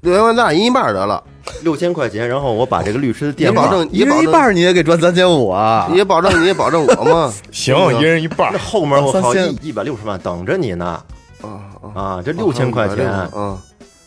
[SPEAKER 4] 六千万咱俩一人一半得了，
[SPEAKER 6] 六千块钱，然后我把这个律师的
[SPEAKER 4] 也
[SPEAKER 6] 电话
[SPEAKER 4] 保证
[SPEAKER 7] 一
[SPEAKER 4] 也保
[SPEAKER 7] 人一
[SPEAKER 4] 证
[SPEAKER 7] 半你也给赚三千五啊？
[SPEAKER 4] 也保证你也保证我 嘛，
[SPEAKER 3] 行，一人一半
[SPEAKER 6] 那
[SPEAKER 3] 儿，
[SPEAKER 6] 后面我
[SPEAKER 7] 三
[SPEAKER 6] 靠
[SPEAKER 7] 千
[SPEAKER 6] 一一百六十万等着你呢
[SPEAKER 4] 啊啊，
[SPEAKER 6] 啊！这六千块钱
[SPEAKER 4] 啊，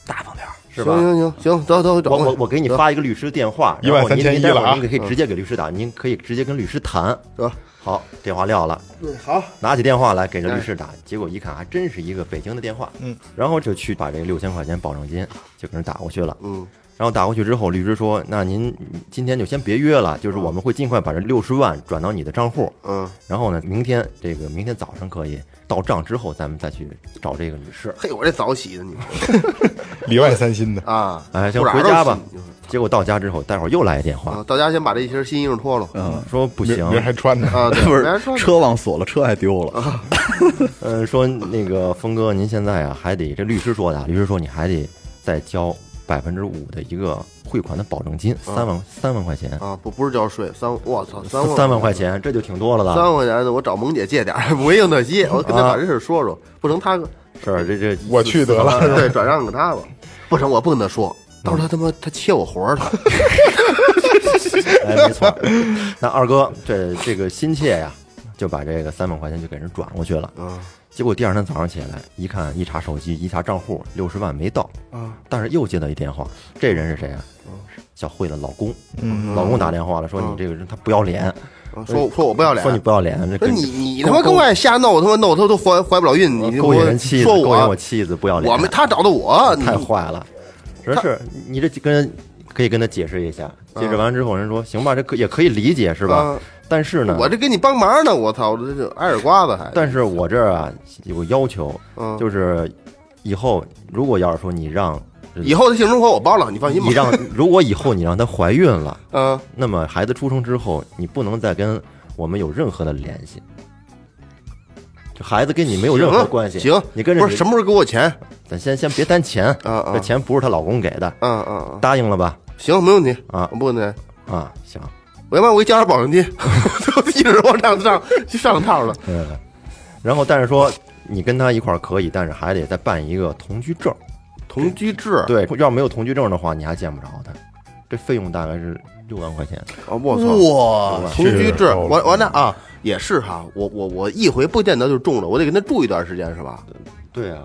[SPEAKER 6] 大方点儿是
[SPEAKER 4] 行
[SPEAKER 6] 吧？
[SPEAKER 4] 行行行，走走走，
[SPEAKER 6] 我我我给你发一个律师电话，
[SPEAKER 3] 一万
[SPEAKER 6] 然后您
[SPEAKER 3] 三千一
[SPEAKER 6] 您待会
[SPEAKER 3] 了啊
[SPEAKER 6] 儿您可以直接给律师打，您可以直接跟律师谈。
[SPEAKER 4] 得
[SPEAKER 6] 好，电话撂了，
[SPEAKER 4] 好，
[SPEAKER 6] 拿起电话来给这律师
[SPEAKER 3] 嗯
[SPEAKER 6] 打，结果一看还真是一个北京的电话，嗯，然后就去把这六千块钱保证金就给人打过去了，
[SPEAKER 4] 嗯，
[SPEAKER 6] 然后打过去之后，律师说，那您今天就先别约
[SPEAKER 3] 嗯
[SPEAKER 6] 了，就是我们会尽快把这六十万转到你的账户，
[SPEAKER 4] 嗯，
[SPEAKER 6] 然后呢，明天这个明天早上可以到账之后，咱们再去找这个女士。
[SPEAKER 4] 嘿，我这早起的你
[SPEAKER 3] 里外三心的。
[SPEAKER 4] 啊，
[SPEAKER 6] 哎，行，
[SPEAKER 4] 不然
[SPEAKER 6] 回
[SPEAKER 4] 都
[SPEAKER 6] 家吧
[SPEAKER 4] 洗。
[SPEAKER 6] 结果到家之后，待会儿又来一电话，
[SPEAKER 3] 嗯
[SPEAKER 4] 啊，到家先把这一身新衣裳脱了
[SPEAKER 5] 嗯，
[SPEAKER 6] 说不
[SPEAKER 3] 明
[SPEAKER 6] 行
[SPEAKER 3] 明，儿还穿呢，
[SPEAKER 4] 啊，对，
[SPEAKER 5] 不
[SPEAKER 4] 别
[SPEAKER 5] 是
[SPEAKER 4] 说
[SPEAKER 5] 车忘锁了，车还丢了，
[SPEAKER 6] 呃，说那个峰哥，您现在啊还得这律师说的啊，律师说你还得再交百分之五的一个汇款的保证金，三万三万块钱，
[SPEAKER 4] 嗯啊，不不是交税，三我操，三万
[SPEAKER 6] 三万块钱，这就挺多了
[SPEAKER 4] 三万
[SPEAKER 6] 的。
[SPEAKER 4] 块钱的，我找萌姐借点儿， 不一定得借，我
[SPEAKER 6] 啊
[SPEAKER 4] 跟她把这事儿说说，不成她啊
[SPEAKER 6] 是啊这这
[SPEAKER 3] 我去得了。
[SPEAKER 4] 对转让给她吧，不成我不跟她说，到时候她他妈她切我活儿 了，
[SPEAKER 6] 哎，没错。那二哥这这个心切呀，就把这个三万块钱就给人转过去了。
[SPEAKER 4] 嗯
[SPEAKER 6] 结果第二天早上起来一看，一查手机，一查账户，六十万没到。
[SPEAKER 3] 嗯
[SPEAKER 4] 啊，
[SPEAKER 6] 但是又接到一电话，这人是谁啊？
[SPEAKER 4] 嗯
[SPEAKER 6] 小慧的老公，
[SPEAKER 3] 嗯
[SPEAKER 6] 老公打电话了，说你这个人他不要脸，
[SPEAKER 4] 啊说说我不要脸
[SPEAKER 6] 说，你不要脸，这
[SPEAKER 4] 说
[SPEAKER 6] 跟
[SPEAKER 4] 你你他妈跟我瞎闹，他妈闹他都怀怀不了孕，你
[SPEAKER 6] 勾引人
[SPEAKER 4] 说
[SPEAKER 6] 妻子，
[SPEAKER 4] 说
[SPEAKER 6] 勾引我
[SPEAKER 4] 我啊
[SPEAKER 6] 妻子不要脸，
[SPEAKER 4] 我们他找的我，你
[SPEAKER 6] 太坏了。主要是你这跟人可以跟他解释一下，解释完之后，人说行吧，这可也可以理解是吧
[SPEAKER 4] 啊？
[SPEAKER 6] 但是呢，
[SPEAKER 4] 我这给你帮忙呢，我操，我这就挨耳刮子还，
[SPEAKER 6] 但是我这儿啊有个要求，
[SPEAKER 4] 嗯
[SPEAKER 6] 就是以后如果要是说你让呃
[SPEAKER 4] 以后的性生活我包了，你放心
[SPEAKER 6] 嗯
[SPEAKER 4] 吧，
[SPEAKER 6] 你让 如果以后你让她怀孕了。
[SPEAKER 4] 嗯。
[SPEAKER 6] 那么孩子出生之后，你不能再跟我们有任何的联系。这孩子跟你没有任何关系。
[SPEAKER 4] 行，
[SPEAKER 6] 你跟着
[SPEAKER 4] 不是
[SPEAKER 6] 你
[SPEAKER 4] 什么时候给我钱？
[SPEAKER 6] 咱先先别担钱，
[SPEAKER 4] 嗯嗯
[SPEAKER 6] 这钱不是她老公给的，
[SPEAKER 4] 嗯嗯，嗯
[SPEAKER 6] 答应了吧？
[SPEAKER 4] 行，没问题
[SPEAKER 6] 啊
[SPEAKER 4] 我不问你。
[SPEAKER 6] 啊，行，
[SPEAKER 4] 我要不然我给你加点保证金， 我一直往上上上套了。
[SPEAKER 6] 嗯。然后但是说你跟他一块儿可以，但是还得再办一个同居证。
[SPEAKER 4] 同居制，
[SPEAKER 6] 对，要没有同居证的话，你还见不着他。这费用大概是六万块钱。
[SPEAKER 4] 啊，我操，
[SPEAKER 5] 哇，
[SPEAKER 4] 同居制，
[SPEAKER 3] 是
[SPEAKER 4] 我我那啊也是哈，我我我一回不见得就中了，我得跟他住一段时间是吧？
[SPEAKER 6] 对啊，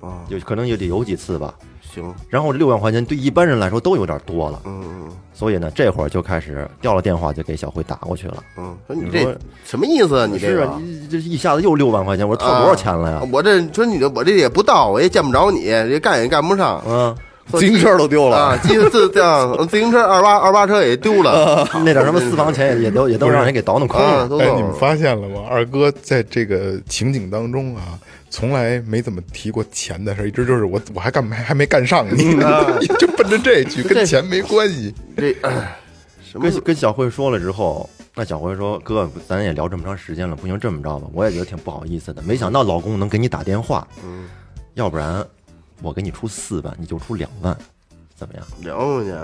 [SPEAKER 4] 啊，
[SPEAKER 6] 有可能也得有几次吧。
[SPEAKER 4] 行，
[SPEAKER 6] 然后六万块钱对一般人来说都有点多了。
[SPEAKER 4] 嗯嗯
[SPEAKER 6] 所以呢，这会儿就开始掉了电话，就给小慧打过去了。
[SPEAKER 4] 嗯，说你
[SPEAKER 6] 你
[SPEAKER 4] 这
[SPEAKER 6] 说
[SPEAKER 4] 什么意思啊？你这
[SPEAKER 6] 是
[SPEAKER 4] 个
[SPEAKER 6] 啊，你这一下子又六万块钱，我说
[SPEAKER 4] 啊
[SPEAKER 6] 套多少钱了呀？
[SPEAKER 4] 我这说你这我这也不到，我也见不着你，这干也干不上
[SPEAKER 6] 嗯，
[SPEAKER 7] 自行车都丢了，
[SPEAKER 4] 啊。自自这样自行车二八二八车也丢了，
[SPEAKER 6] 那点什么私房钱也也都也都让人给倒腾空
[SPEAKER 4] 啊，
[SPEAKER 6] 了。
[SPEAKER 4] 都
[SPEAKER 3] 哎，
[SPEAKER 4] 弄
[SPEAKER 3] 你
[SPEAKER 4] 了
[SPEAKER 3] 们发现了吗？二哥在这个情景当中啊，从来没怎么提过钱的事儿，一直就是我我还干没还没干上你， 就奔着这句，跟钱没关系。
[SPEAKER 4] 这哎什么
[SPEAKER 6] 跟跟小慧说了之后，那小慧说：“哥，咱也聊这么长时间了，不行，这么着吧，我也觉得挺不好意思的。没想到老公能给你打电话，要不然我给你出四万，你就出两万，怎么样？
[SPEAKER 4] 两万块钱？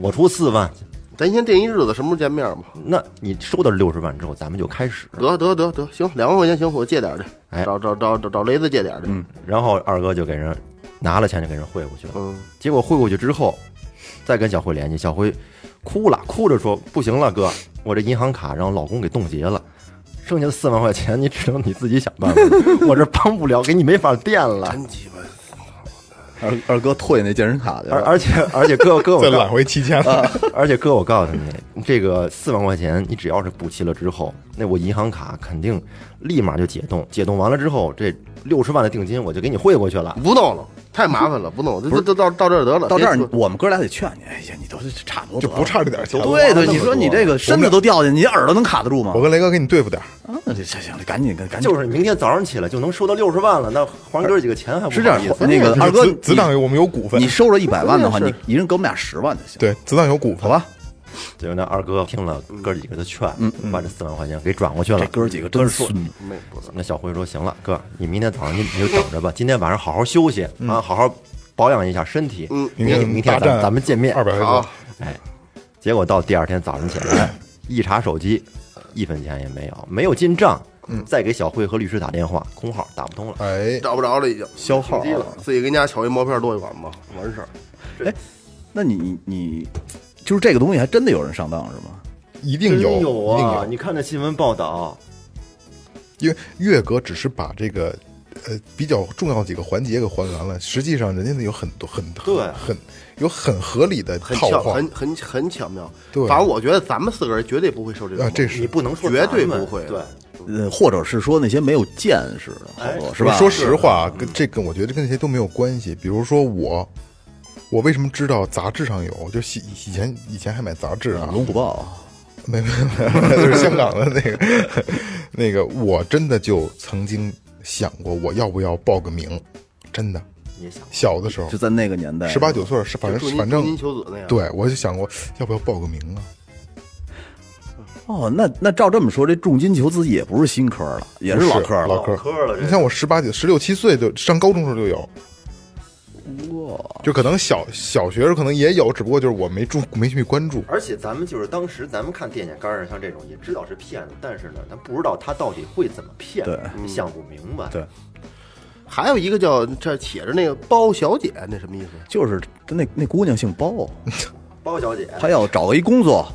[SPEAKER 6] 我出四万，
[SPEAKER 4] 咱先定一日子，什么时候见面吧？
[SPEAKER 6] 那你收到六十万之后，咱们就开始。
[SPEAKER 4] 得得得得，行，两万块钱行，我借点儿去，
[SPEAKER 6] 哎
[SPEAKER 4] 找找找找找雷子借点儿去。嗯
[SPEAKER 6] 然后二哥就给人拿了钱就给人汇过去了。
[SPEAKER 4] 嗯
[SPEAKER 6] 结果汇过去之后，再跟小慧联系，小慧哭了，哭着说：“不行了，哥，我这银行卡让老公给冻结了，剩下的四万块钱你只能你自己想办法， 我这帮不了，给你没法垫了。
[SPEAKER 4] 真鸡巴，
[SPEAKER 5] 二二哥退那健身卡去
[SPEAKER 6] 而
[SPEAKER 5] 了，
[SPEAKER 6] 而且而且 哥哥我
[SPEAKER 3] 再揽
[SPEAKER 6] 告，
[SPEAKER 3] 回七千了，
[SPEAKER 6] 而且哥我告诉你，这个四万块钱你只要是补齐了之后，那我银行卡肯定立马就解冻，解冻完了之后，这六十万的定金我就给你汇过去了。
[SPEAKER 4] 不弄了，太麻烦了，不弄了，这这这到到这儿得了，
[SPEAKER 5] 到这儿
[SPEAKER 4] 别
[SPEAKER 5] 你
[SPEAKER 4] 说
[SPEAKER 5] 我们哥俩得劝你，哎呀，你都是差不多
[SPEAKER 3] 就
[SPEAKER 5] 得了
[SPEAKER 3] 不差这点钱。
[SPEAKER 5] 对对，你说你这个身子都掉下，去，你耳朵能卡得住吗
[SPEAKER 3] 我？跟雷哥给你对付点儿，
[SPEAKER 5] 啊，那就行行，赶紧赶赶紧，
[SPEAKER 6] 就是明天早上起来就能收到六十万了，那还哥几个钱还不
[SPEAKER 5] 是这样
[SPEAKER 6] 好意思，
[SPEAKER 5] 那个呃二哥，
[SPEAKER 3] 子子档
[SPEAKER 5] 你
[SPEAKER 3] 有我们有股份
[SPEAKER 5] 你，收着一百万的话，
[SPEAKER 4] 是
[SPEAKER 5] 你一人给我们俩十万就行，
[SPEAKER 3] 对，子档有股份
[SPEAKER 5] 好。吧？
[SPEAKER 6] 结果那二哥听了
[SPEAKER 3] 嗯
[SPEAKER 6] 哥几个的劝，把这四万块钱给转过去了。
[SPEAKER 5] 这哥几个真
[SPEAKER 6] 说
[SPEAKER 5] 孙子，
[SPEAKER 6] 那小辉说：“行了，哥，你明天早上你你就等着吧，今天晚上好好休息啊，好好保养一下身体。明天明天
[SPEAKER 3] 嗯大
[SPEAKER 6] 咱
[SPEAKER 3] 战
[SPEAKER 6] 咱们见面
[SPEAKER 3] 二。百块
[SPEAKER 4] 好
[SPEAKER 3] 钱，
[SPEAKER 6] 结果到第二天早上起
[SPEAKER 3] 哎
[SPEAKER 6] 来，一查手机，一分钱也没有，没有进账。
[SPEAKER 3] 嗯
[SPEAKER 6] 再给小慧和律师打电话，空号打不通了。
[SPEAKER 3] 哎，
[SPEAKER 4] 找不着了已经，
[SPEAKER 5] 消耗啊
[SPEAKER 4] 停机了，自己跟家小一毛片儿多一管吧，完事儿。
[SPEAKER 5] 那你你就是这个东西还真的有人上当是吗？
[SPEAKER 3] 一定
[SPEAKER 6] 真
[SPEAKER 3] 有，
[SPEAKER 6] 有
[SPEAKER 3] 一定
[SPEAKER 6] 啊！
[SPEAKER 3] 有，
[SPEAKER 6] 你看那新闻报道，
[SPEAKER 3] 因为月哥只是把这个呃比较重要几个环节给还原了，实际上人家那有很多很很
[SPEAKER 6] 对
[SPEAKER 3] 很有很合理的
[SPEAKER 4] 很
[SPEAKER 3] 套
[SPEAKER 4] 巧，
[SPEAKER 3] 话
[SPEAKER 4] 很很很巧妙。
[SPEAKER 3] 对
[SPEAKER 4] 反正我觉得咱们四个人绝对不会受这种。
[SPEAKER 3] 啊，这
[SPEAKER 6] 你
[SPEAKER 3] 是
[SPEAKER 6] 不能说
[SPEAKER 4] 绝对
[SPEAKER 6] 咱们
[SPEAKER 4] 不会
[SPEAKER 6] 对，
[SPEAKER 5] 呃，或者是说那些没有见识的，好
[SPEAKER 6] 哎
[SPEAKER 5] 多是吧？
[SPEAKER 3] 说实话，啊跟这跟我觉得跟那些都没有关系。比如说我，我为什么知道杂志上有？就是以以前以前还买杂志啊，
[SPEAKER 5] 龙虎豹，
[SPEAKER 3] 没没没， 就是香港的那个 那个，我真的就曾经想过，我要不要报个名？真的，
[SPEAKER 6] 你想
[SPEAKER 3] 小的时候
[SPEAKER 5] 就，在那个年代，
[SPEAKER 3] 十八九岁是反
[SPEAKER 4] 就
[SPEAKER 3] 正
[SPEAKER 4] 祝您
[SPEAKER 3] 反
[SPEAKER 4] 祝您
[SPEAKER 3] 正，
[SPEAKER 4] 求子那样。，
[SPEAKER 3] 对我就想过要不要报个名啊？
[SPEAKER 5] 哦，那那照这么说，这重金求子也不是新科了，也是老科了。
[SPEAKER 3] 老
[SPEAKER 6] 唠
[SPEAKER 3] 科。
[SPEAKER 6] 嗑了，
[SPEAKER 3] 你
[SPEAKER 6] 这
[SPEAKER 3] 像我十八九、十六七岁就上高中时候就有，哇！就可能小小学时候可能也有，只不过就是我没注没去关注。
[SPEAKER 6] 而且咱们就是当时咱们看电线杆上像这种也知道是骗子，但是呢，咱不知道他到底会怎么骗，
[SPEAKER 5] 对
[SPEAKER 4] 嗯
[SPEAKER 6] 你想不明白。
[SPEAKER 5] 对
[SPEAKER 4] 还有一个叫这写着那个包小姐，那什么意思？
[SPEAKER 5] 就是那那姑娘姓包，
[SPEAKER 6] 包小姐，
[SPEAKER 5] 她要找一工作，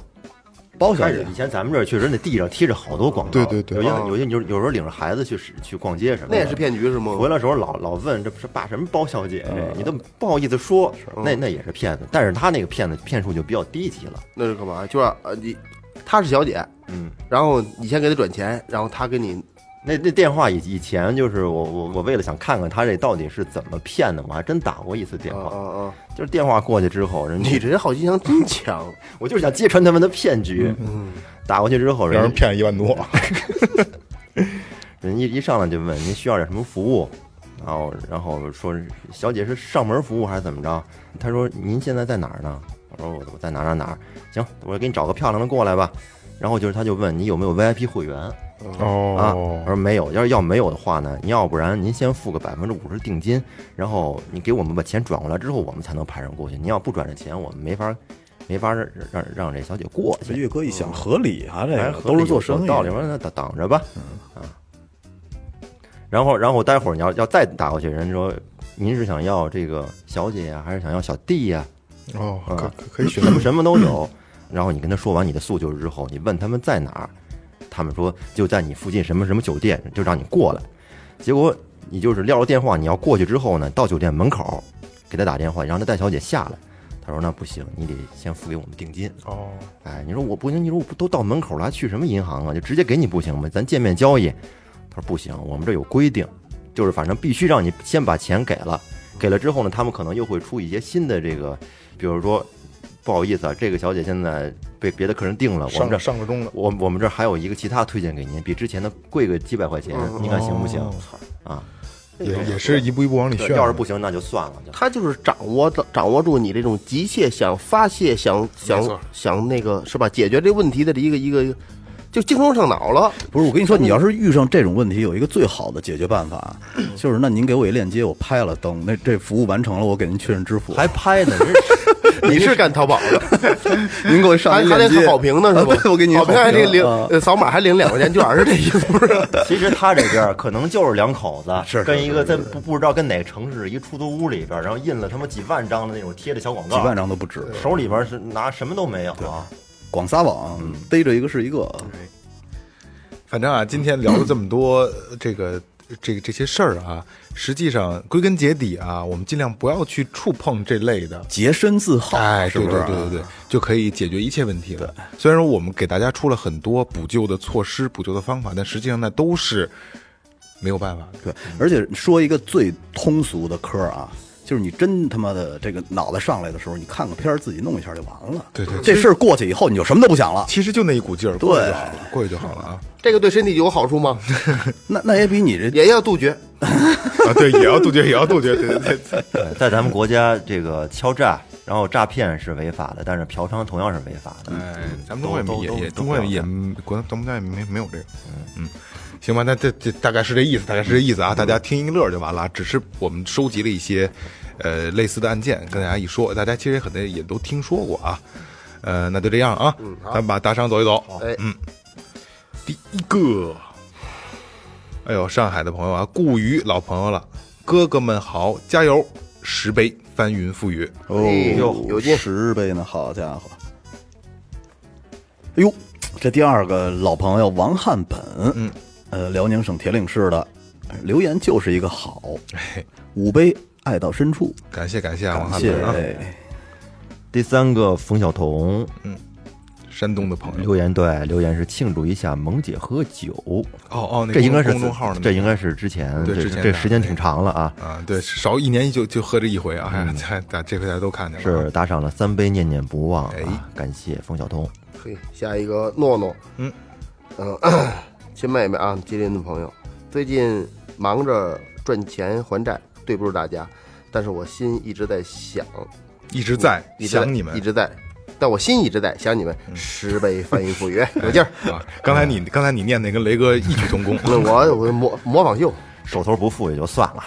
[SPEAKER 5] 包小
[SPEAKER 6] 开
[SPEAKER 5] 姐
[SPEAKER 6] 始以前咱们这儿确实那地上贴着好多广告，
[SPEAKER 3] 对对
[SPEAKER 6] 有
[SPEAKER 3] 对
[SPEAKER 6] 些有些有有时候领着孩子去市去逛街什么的，
[SPEAKER 4] 哦那也是骗局是吗？
[SPEAKER 6] 回来的时候老老问这不是爸什么包小姐，这你都不好意思说，那
[SPEAKER 4] 嗯
[SPEAKER 6] 那也是骗子，但是他那个骗子骗术就比较低级了，
[SPEAKER 4] 那是干嘛？就是呃，你她是小姐，
[SPEAKER 6] 嗯，
[SPEAKER 4] 然后你先给她转钱，然后她给你
[SPEAKER 6] 那那电话以以前就是我我我为了想看看他这到底是怎么骗的，我还真打过一次电
[SPEAKER 4] 啊啊
[SPEAKER 6] 话，
[SPEAKER 4] 啊！
[SPEAKER 6] 就是电话过去之后，人家
[SPEAKER 4] 你这人好奇心真强，
[SPEAKER 6] 我就是想揭穿他们的骗局，打过去之后
[SPEAKER 3] 嗯让人
[SPEAKER 6] 人
[SPEAKER 3] 骗了一万多，
[SPEAKER 6] 人一一上来就问您需要点什么服务，然后然后说小姐是上门服务还是怎么着？他说您现在在哪儿呢？我说我我在哪儿哪儿哪儿。行，我给你找个漂亮的过来吧。然后就是他就问你有没有 VIP 会员啊？
[SPEAKER 3] 哦
[SPEAKER 6] 我，说没有，要是要没有的话呢，要不然您先付个百分之五十定金，然后你给我们把钱转过来之后，我们才能派人过去。您要不转这钱，我们没法没法让让让这小姐过去。
[SPEAKER 5] 岳哥一想合理啊，这
[SPEAKER 6] 哎，
[SPEAKER 5] 个都是做生意，嗯
[SPEAKER 6] 道理嘛，那等等着吧，啊。然后，然后待会儿你要要再打过去，人说您是想要这个小姐呀、还是想要小弟呀、
[SPEAKER 3] 哦，
[SPEAKER 6] 啊
[SPEAKER 3] 可可可以选
[SPEAKER 6] 什么什么都有。然后你跟他说完你的诉求之后，你问他们在哪儿，他们说就在你附近什么什么酒店，就让你过来。结果你就是撂了电话，你要过去之后呢，到酒店门口给他打电话，你让他带小姐下来。他说那不行，你得先付给我们定金。
[SPEAKER 3] 哦，
[SPEAKER 6] 哎，你说我不行，你说我不都到门口了，还去什么银行啊？就直接给你不行吗？咱见面交易。他说不行，我们这有规定，就是反正必须让你先把钱给了，给了之后呢，他们可能又会出一些新的这个，比如说不好意思啊，这个小姐现在被别的客人定了，我们这
[SPEAKER 3] 上上个钟了，
[SPEAKER 6] 我我们这还有一个其他推荐给您，比之前的贵个几百块钱，您看行不行？啊，
[SPEAKER 3] 也也是一步一步往里
[SPEAKER 6] 对
[SPEAKER 3] 炫。啊
[SPEAKER 6] 要是不行那就算了，就
[SPEAKER 4] 她就是掌握掌握住你这种急切想发泄、想
[SPEAKER 3] 没
[SPEAKER 4] 想
[SPEAKER 3] 错
[SPEAKER 4] 想那个是吧？解决这问题的一个一个，就精通上脑了。
[SPEAKER 5] 不是，我跟你说，你要是遇上这种问题，有一个最好的解决办法，就是那您给我一链接，我拍了，等那这服务完成了，我给您确认支付。
[SPEAKER 6] 还拍呢，真是
[SPEAKER 4] 你是干淘宝的，
[SPEAKER 5] 您给我上
[SPEAKER 4] 还
[SPEAKER 5] 一
[SPEAKER 4] 还
[SPEAKER 5] 链
[SPEAKER 4] 得
[SPEAKER 5] 接，
[SPEAKER 4] 看好评呢是吧
[SPEAKER 5] 啊？ 对我给你
[SPEAKER 4] 好评还得领
[SPEAKER 5] 啊
[SPEAKER 4] 呃扫码还领两块钱券，是这意思不是？
[SPEAKER 6] 其实他这边儿可能就是两口 子，
[SPEAKER 5] 是是
[SPEAKER 6] 跟一个在不不知道跟哪个城市一出租屋里边儿，然后印了他妈几万张的那种贴的小广
[SPEAKER 5] 几
[SPEAKER 6] 告，
[SPEAKER 5] 万张都不止，
[SPEAKER 6] 手里边儿是拿什么都没有啊。
[SPEAKER 5] 广撒网逮着一个是一个。
[SPEAKER 3] 反正啊，今天聊了这么多，呃这个这个这些事儿啊，实际上归根结底啊，我们尽量不要去触碰这类的。
[SPEAKER 5] 洁身自好，
[SPEAKER 3] 哎，
[SPEAKER 5] 是
[SPEAKER 3] 对
[SPEAKER 5] 不
[SPEAKER 3] 对
[SPEAKER 5] 是啊？
[SPEAKER 3] 对对对，就可以解决一切问题了。虽然说我们给大家出了很多补救的措施、补救的方法，但实际上那都是没有办法的。
[SPEAKER 5] 对，而且说一个最通俗的科儿啊，就是你真他妈的这个脑袋上来的时候，你看个片儿自己弄一下就完了。
[SPEAKER 3] 对对
[SPEAKER 5] 这事儿过去以后，你就什么都不想了。
[SPEAKER 3] 其实就那一股劲儿，过去就好了，过去就好了啊！
[SPEAKER 4] 这个对身体有好处吗？
[SPEAKER 5] 那那也比你这
[SPEAKER 4] 也要杜绝。
[SPEAKER 3] 啊，对，也要杜绝，也要杜绝，对对对对。
[SPEAKER 6] 对，在咱们国家，这个敲诈，然后诈骗是违法的，但是嫖娼同样是违法的。
[SPEAKER 3] 哎
[SPEAKER 6] 嗯，
[SPEAKER 3] 咱们中国
[SPEAKER 6] 都
[SPEAKER 3] 也
[SPEAKER 6] 都
[SPEAKER 3] 也也
[SPEAKER 6] 都
[SPEAKER 3] 中国
[SPEAKER 6] 都
[SPEAKER 3] 也国咱们家也没没有这个，嗯，行吧，那这这大概是这意思，大概是这意思啊，大家听一乐就完了。啊只是我们收集了一些呃类似的案件，跟大家一说，大家其实很多也都听说过啊。呃，那就这样啊，咱们把大商走一走。
[SPEAKER 4] 哎，
[SPEAKER 3] 第一个，哎呦，上海的朋友啊，顾鱼老朋友了，哥哥们好，加油，十杯。翻云覆雨。
[SPEAKER 5] 哦
[SPEAKER 4] 哎呦，有
[SPEAKER 5] 有
[SPEAKER 4] 劲
[SPEAKER 5] 十倍呢，好家伙！哎呦，这第二个老朋友王汉本，嗯，呃，辽宁省铁岭市的，留言就是一个好，
[SPEAKER 3] 哎，
[SPEAKER 5] 五杯爱到深处，
[SPEAKER 3] 感谢感谢啊，王
[SPEAKER 5] 感
[SPEAKER 3] 汉
[SPEAKER 5] 谢
[SPEAKER 3] 文啊，
[SPEAKER 6] 第三个冯晓彤
[SPEAKER 3] 山东的朋友。
[SPEAKER 6] 留言，对留言是庆祝一下萌姐喝酒，
[SPEAKER 3] 哦哦，那
[SPEAKER 6] 这应该是
[SPEAKER 3] 公众号的名字，
[SPEAKER 6] 这应该是之前
[SPEAKER 3] 对
[SPEAKER 6] 这
[SPEAKER 3] 之前
[SPEAKER 6] 这
[SPEAKER 3] 的
[SPEAKER 6] 时间挺长了啊，
[SPEAKER 3] 啊，对，少一年就就喝这一回啊，哎，大家这回大家都看见了啊，
[SPEAKER 6] 嗯是打赏了三杯，念念不忘啊
[SPEAKER 3] 哎！
[SPEAKER 6] 感谢冯晓彤，
[SPEAKER 4] 嘿，下一个诺诺，
[SPEAKER 3] 嗯
[SPEAKER 4] 嗯， 亲妹妹啊，吉林的朋友，最近忙着赚钱还债，对不住大家，但是我心一直在想，
[SPEAKER 3] 一直在
[SPEAKER 4] 一直在
[SPEAKER 3] 想你们嗯
[SPEAKER 4] 一直在，但我心一直在想你们，十倍翻云覆雨， 有劲儿。
[SPEAKER 3] 啊。刚才
[SPEAKER 6] 嗯
[SPEAKER 3] 你刚才你念的跟雷哥异曲 同工，啊
[SPEAKER 4] 那我我模模仿秀，
[SPEAKER 6] 手头不富也就算了，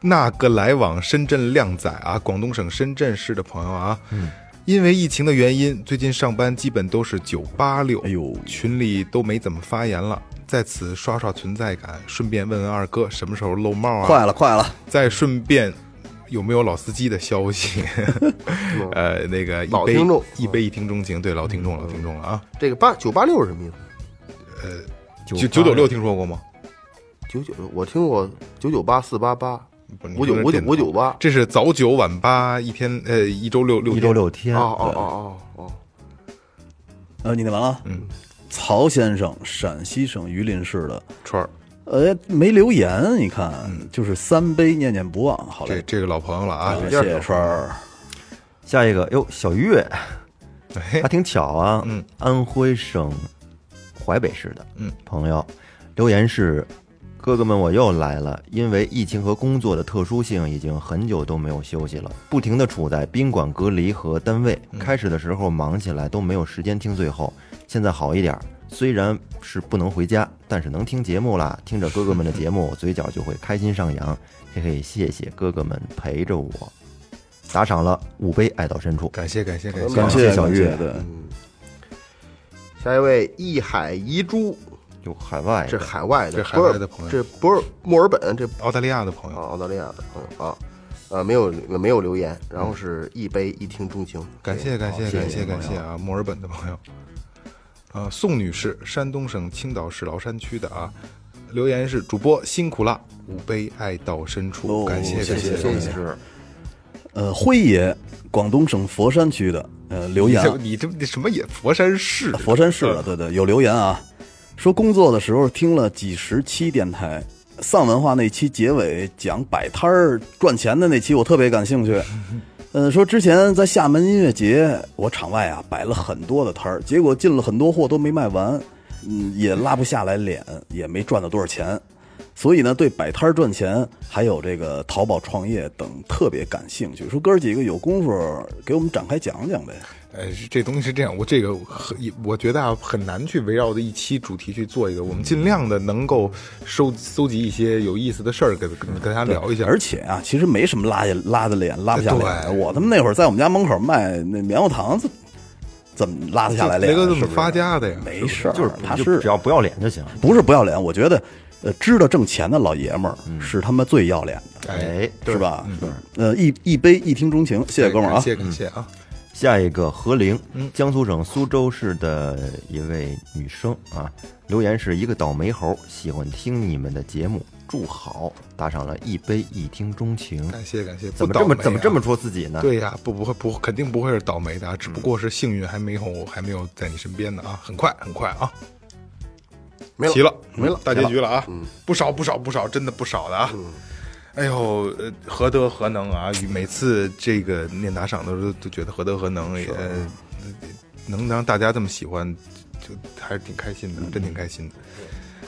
[SPEAKER 3] 那个来往深圳靓仔啊，广东省深圳市的朋友啊，
[SPEAKER 6] 嗯
[SPEAKER 3] 因为疫情的原因，最近上班基本都是九八六，
[SPEAKER 5] 哎呦
[SPEAKER 3] 群里都没怎么发言了。在此刷刷存在感，顺便问问二哥什么时候露帽啊？
[SPEAKER 5] 快了，快了，
[SPEAKER 3] 再顺便有没有老司机的消息？呃，那个一
[SPEAKER 4] 老
[SPEAKER 3] 杯
[SPEAKER 4] 听众
[SPEAKER 3] 一杯一听钟情，对，老听众老听众了啊。
[SPEAKER 4] 这个八九八六是什么意思？
[SPEAKER 6] 嗯
[SPEAKER 3] 九九九
[SPEAKER 6] 啊
[SPEAKER 3] 六听说过吗？
[SPEAKER 4] 九九，我听过九九八四八八
[SPEAKER 3] 不是
[SPEAKER 4] 五九
[SPEAKER 3] 你说
[SPEAKER 4] 五
[SPEAKER 3] 的
[SPEAKER 4] 九
[SPEAKER 3] 是
[SPEAKER 4] 五九八。
[SPEAKER 3] 这是早九晚八，一天呃一周六六
[SPEAKER 6] 一
[SPEAKER 3] 天
[SPEAKER 6] 周六天
[SPEAKER 4] 哦，哦哦哦哦，
[SPEAKER 5] 呃，你念完了，嗯，曹先生，陕西省榆林市的，
[SPEAKER 3] 串儿。
[SPEAKER 5] 呃，没留言，你看，就是三杯念念不忘，好
[SPEAKER 3] 这
[SPEAKER 5] 嘞，
[SPEAKER 3] 这个老朋友了啊，
[SPEAKER 5] 感谢栓儿，
[SPEAKER 6] 下一个哟，小月，
[SPEAKER 3] 哎
[SPEAKER 6] 还挺巧啊，
[SPEAKER 3] 嗯，
[SPEAKER 6] 安徽省淮北市的，
[SPEAKER 3] 嗯，
[SPEAKER 6] 朋友留言是：哥哥们，我又来了，因为疫情和工作的特殊性，已经很久都没有休息了，不停的处在宾馆隔离和单位。
[SPEAKER 3] 嗯
[SPEAKER 6] 开始的时候忙起来都没有时间听最后，现在好一点儿。虽然是不能回家，但是能听节目啦。听着哥哥们的节目，我嘴角就会开心上扬。 嘿嘿，谢谢哥哥们陪着我，打赏了五杯，爱到深处。
[SPEAKER 3] 感谢感谢感
[SPEAKER 4] 感
[SPEAKER 3] 谢，
[SPEAKER 5] 啊感
[SPEAKER 6] 谢小
[SPEAKER 5] 感
[SPEAKER 6] 月
[SPEAKER 5] 对，
[SPEAKER 4] 下一位一海遗珠，
[SPEAKER 6] 有海外的
[SPEAKER 4] 这海外的，
[SPEAKER 3] 这海外的朋友
[SPEAKER 4] 这不是墨尔本，这
[SPEAKER 3] 澳大利亚的朋
[SPEAKER 4] 啊，
[SPEAKER 3] 友，
[SPEAKER 4] 澳大利亚的朋友啊，呃，没有没有留言，然后是一杯一听钟情，
[SPEAKER 3] 嗯感谢感谢
[SPEAKER 4] 好
[SPEAKER 3] 感谢
[SPEAKER 4] 朋友
[SPEAKER 3] 感谢啊，墨尔本的朋友，呃，宋女士，山东省青岛市崂山区的啊，留言是主播辛苦啦，五杯爱到深处，
[SPEAKER 5] 哦
[SPEAKER 3] 感谢
[SPEAKER 5] 谢
[SPEAKER 3] 感
[SPEAKER 5] 谢
[SPEAKER 3] 感谢
[SPEAKER 5] 谢。呃，辉爷，广东省佛山区的，呃，留言啊
[SPEAKER 3] 这你这你什么也佛山市
[SPEAKER 5] 啊，佛山市
[SPEAKER 3] 嗯
[SPEAKER 5] 的，对对，有留言啊，说工作的时候听了几十期电台，丧文化那期结尾讲摆摊儿赚钱的那期，我特别感兴趣。呃，说之前在厦门音乐节，我场外啊摆了很多的摊儿，结果进了很多货都没卖完，嗯，也拉不下来脸，也没赚到多少钱。所以呢，对摆摊儿赚钱，还有这个淘宝创业等特别感兴趣。说哥儿几个有功夫给我们展开讲讲呗。
[SPEAKER 3] 哎，是这东西是这样，我这个很，我觉得啊，很难去围绕着一期主题去做一个，我们尽量的能够收搜集一些有意思的事儿，跟跟大家聊一下。
[SPEAKER 5] 而且啊，其实没什么拉下拉的脸，拉不下脸的。
[SPEAKER 3] 对
[SPEAKER 5] 我他妈那会儿在我们家门口卖那棉花糖，怎怎么拉得下来
[SPEAKER 3] 雷
[SPEAKER 5] 脸啊？
[SPEAKER 3] 哥怎
[SPEAKER 5] 是
[SPEAKER 3] 么
[SPEAKER 5] 不是
[SPEAKER 3] 发家的呀？
[SPEAKER 5] 没事儿，
[SPEAKER 6] 就是
[SPEAKER 5] 他
[SPEAKER 6] 就是只要不要脸就行。
[SPEAKER 5] 不是不要脸？我觉得，呃，知道挣钱的老爷们儿
[SPEAKER 3] 嗯
[SPEAKER 5] 是他妈最要脸的，
[SPEAKER 6] 哎，
[SPEAKER 5] 是吧？呃，一一杯一听钟情，谢谢哥们
[SPEAKER 3] 哎
[SPEAKER 5] 儿啊
[SPEAKER 3] 感！谢感谢啊！
[SPEAKER 6] 下一个何玲，江苏省苏州市的一位女生啊，留言是一个倒霉猴，喜欢听你们的节目，祝好，打赏了一杯一听钟情。
[SPEAKER 3] 感哎谢感谢，
[SPEAKER 6] 怎么
[SPEAKER 3] 不
[SPEAKER 6] 这么
[SPEAKER 3] 倒霉啊
[SPEAKER 6] 怎么这么？说自己呢？，
[SPEAKER 3] 对呀、不不会不肯定不会是倒霉的啊，只不过是幸运还没有还没有在你身边呢啊，很快很快啊，
[SPEAKER 4] 没了
[SPEAKER 3] 齐了
[SPEAKER 4] 没了，嗯
[SPEAKER 3] 大结局了啊，不少不少不少，真的不少的啊。哎呦，呃，何德何能啊！每次这个念打赏的时候，都觉得何德何能，也呃能让大家这么喜欢，就还是挺开心的，真挺开心的。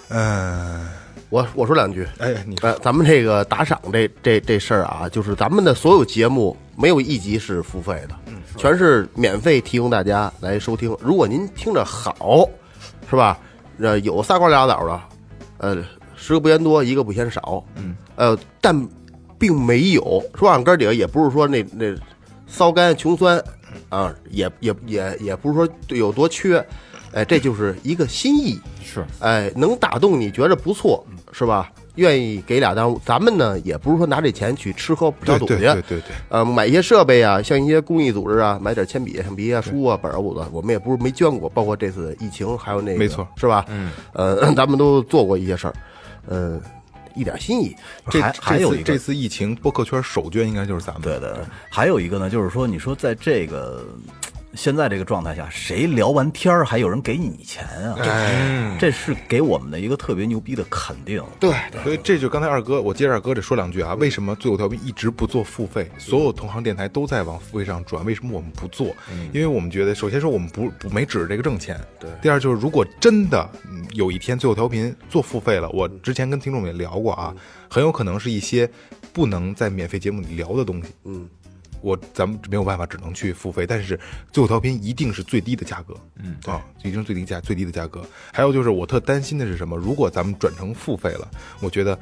[SPEAKER 3] 嗯、
[SPEAKER 4] 我我说两句，
[SPEAKER 3] 哎，你说
[SPEAKER 4] 呃，咱们这个打赏这这这事儿啊，就是咱们的所有节目没有一集是付费的，全是免费提供大家来收听。如果您听着好，是吧？呃，有仨瓜俩枣的，呃，十个不嫌多，一个不嫌少，嗯，呃，但并没有说俺哥几个也不是说那那骚干穷酸啊，也也也也不是说有多缺，哎，这就是一个心意，
[SPEAKER 6] 是
[SPEAKER 4] 哎，能打动你觉着不错，是吧？愿意给俩单，咱们呢也不是说拿这钱去吃喝嫖赌去，
[SPEAKER 3] 对对对对对
[SPEAKER 4] 呃，买一些设备啊，像一些公益组织啊，买点铅笔、橡皮啊、书啊、本儿啊、物子，我们也不是没捐过，包括这次疫情，还有那个，
[SPEAKER 3] 没错
[SPEAKER 4] 是吧？嗯，呃，咱们都做过一些事儿，呃，一点心意，
[SPEAKER 3] 这
[SPEAKER 5] 还
[SPEAKER 3] 这
[SPEAKER 5] 还有
[SPEAKER 3] 次
[SPEAKER 5] 一个
[SPEAKER 3] 这次疫情，播客圈首捐应该就是咱们。
[SPEAKER 5] 对对对，还有一个呢，就是说，你说在这个现在这个状态下，谁聊完天儿还有人给你钱啊？
[SPEAKER 3] 哎
[SPEAKER 5] 这是给我们的一个特别牛逼的肯定。
[SPEAKER 4] 对，
[SPEAKER 3] 所以这就刚才二哥，我接着二哥这说两句啊。为什么最后调频一直不做付费？所有同行电台都在往付费上转，为什么我们不做？因为我们觉得，首先说我们不不没指着这个挣钱。对。第二就是，如果真的嗯有一天最后调频做付费了，我之前跟听众们也聊过啊，很有可能是一些不能在免费节目里聊的东西。嗯。我咱们没有办法，只能去付费。但是最后调频一定是最低的价格，嗯啊，一定是最低价最低的价格。还有就是我特担心的是什么？如果咱们转成付费了，我觉得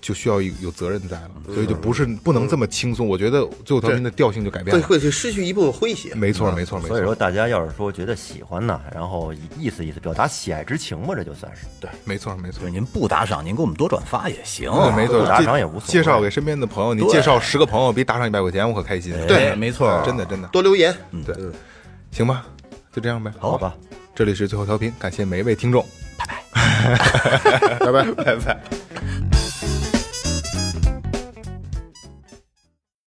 [SPEAKER 3] 就需要有有责任在了，所以就不是不能这么轻松。我觉得最后调频的调性就改变
[SPEAKER 4] 会
[SPEAKER 3] 了。
[SPEAKER 4] 会失去一部分诙谐，
[SPEAKER 3] 没错，没错，没
[SPEAKER 6] 所以说，
[SPEAKER 3] 错，
[SPEAKER 6] 大家要是说觉得喜欢呢，然后意思意思，表达喜爱之情吧，这就算是对。
[SPEAKER 3] 没错，没错
[SPEAKER 5] 就是。您不打赏，您给我们多转发也行。
[SPEAKER 3] 对哎没错，
[SPEAKER 6] 不哦打赏
[SPEAKER 3] 介
[SPEAKER 6] 也无所谓
[SPEAKER 3] 介绍给身边的朋友，你
[SPEAKER 5] 对
[SPEAKER 3] 介绍十个朋友，比打赏一百块钱，我可开心。
[SPEAKER 6] 哎
[SPEAKER 5] 对没错
[SPEAKER 3] 真的真的，
[SPEAKER 4] 多留言，
[SPEAKER 3] 对，行吧，就这样呗。
[SPEAKER 6] 好吧，
[SPEAKER 3] 这里是最后调频，感谢每一位听众。
[SPEAKER 4] 拜拜。
[SPEAKER 3] 拜拜。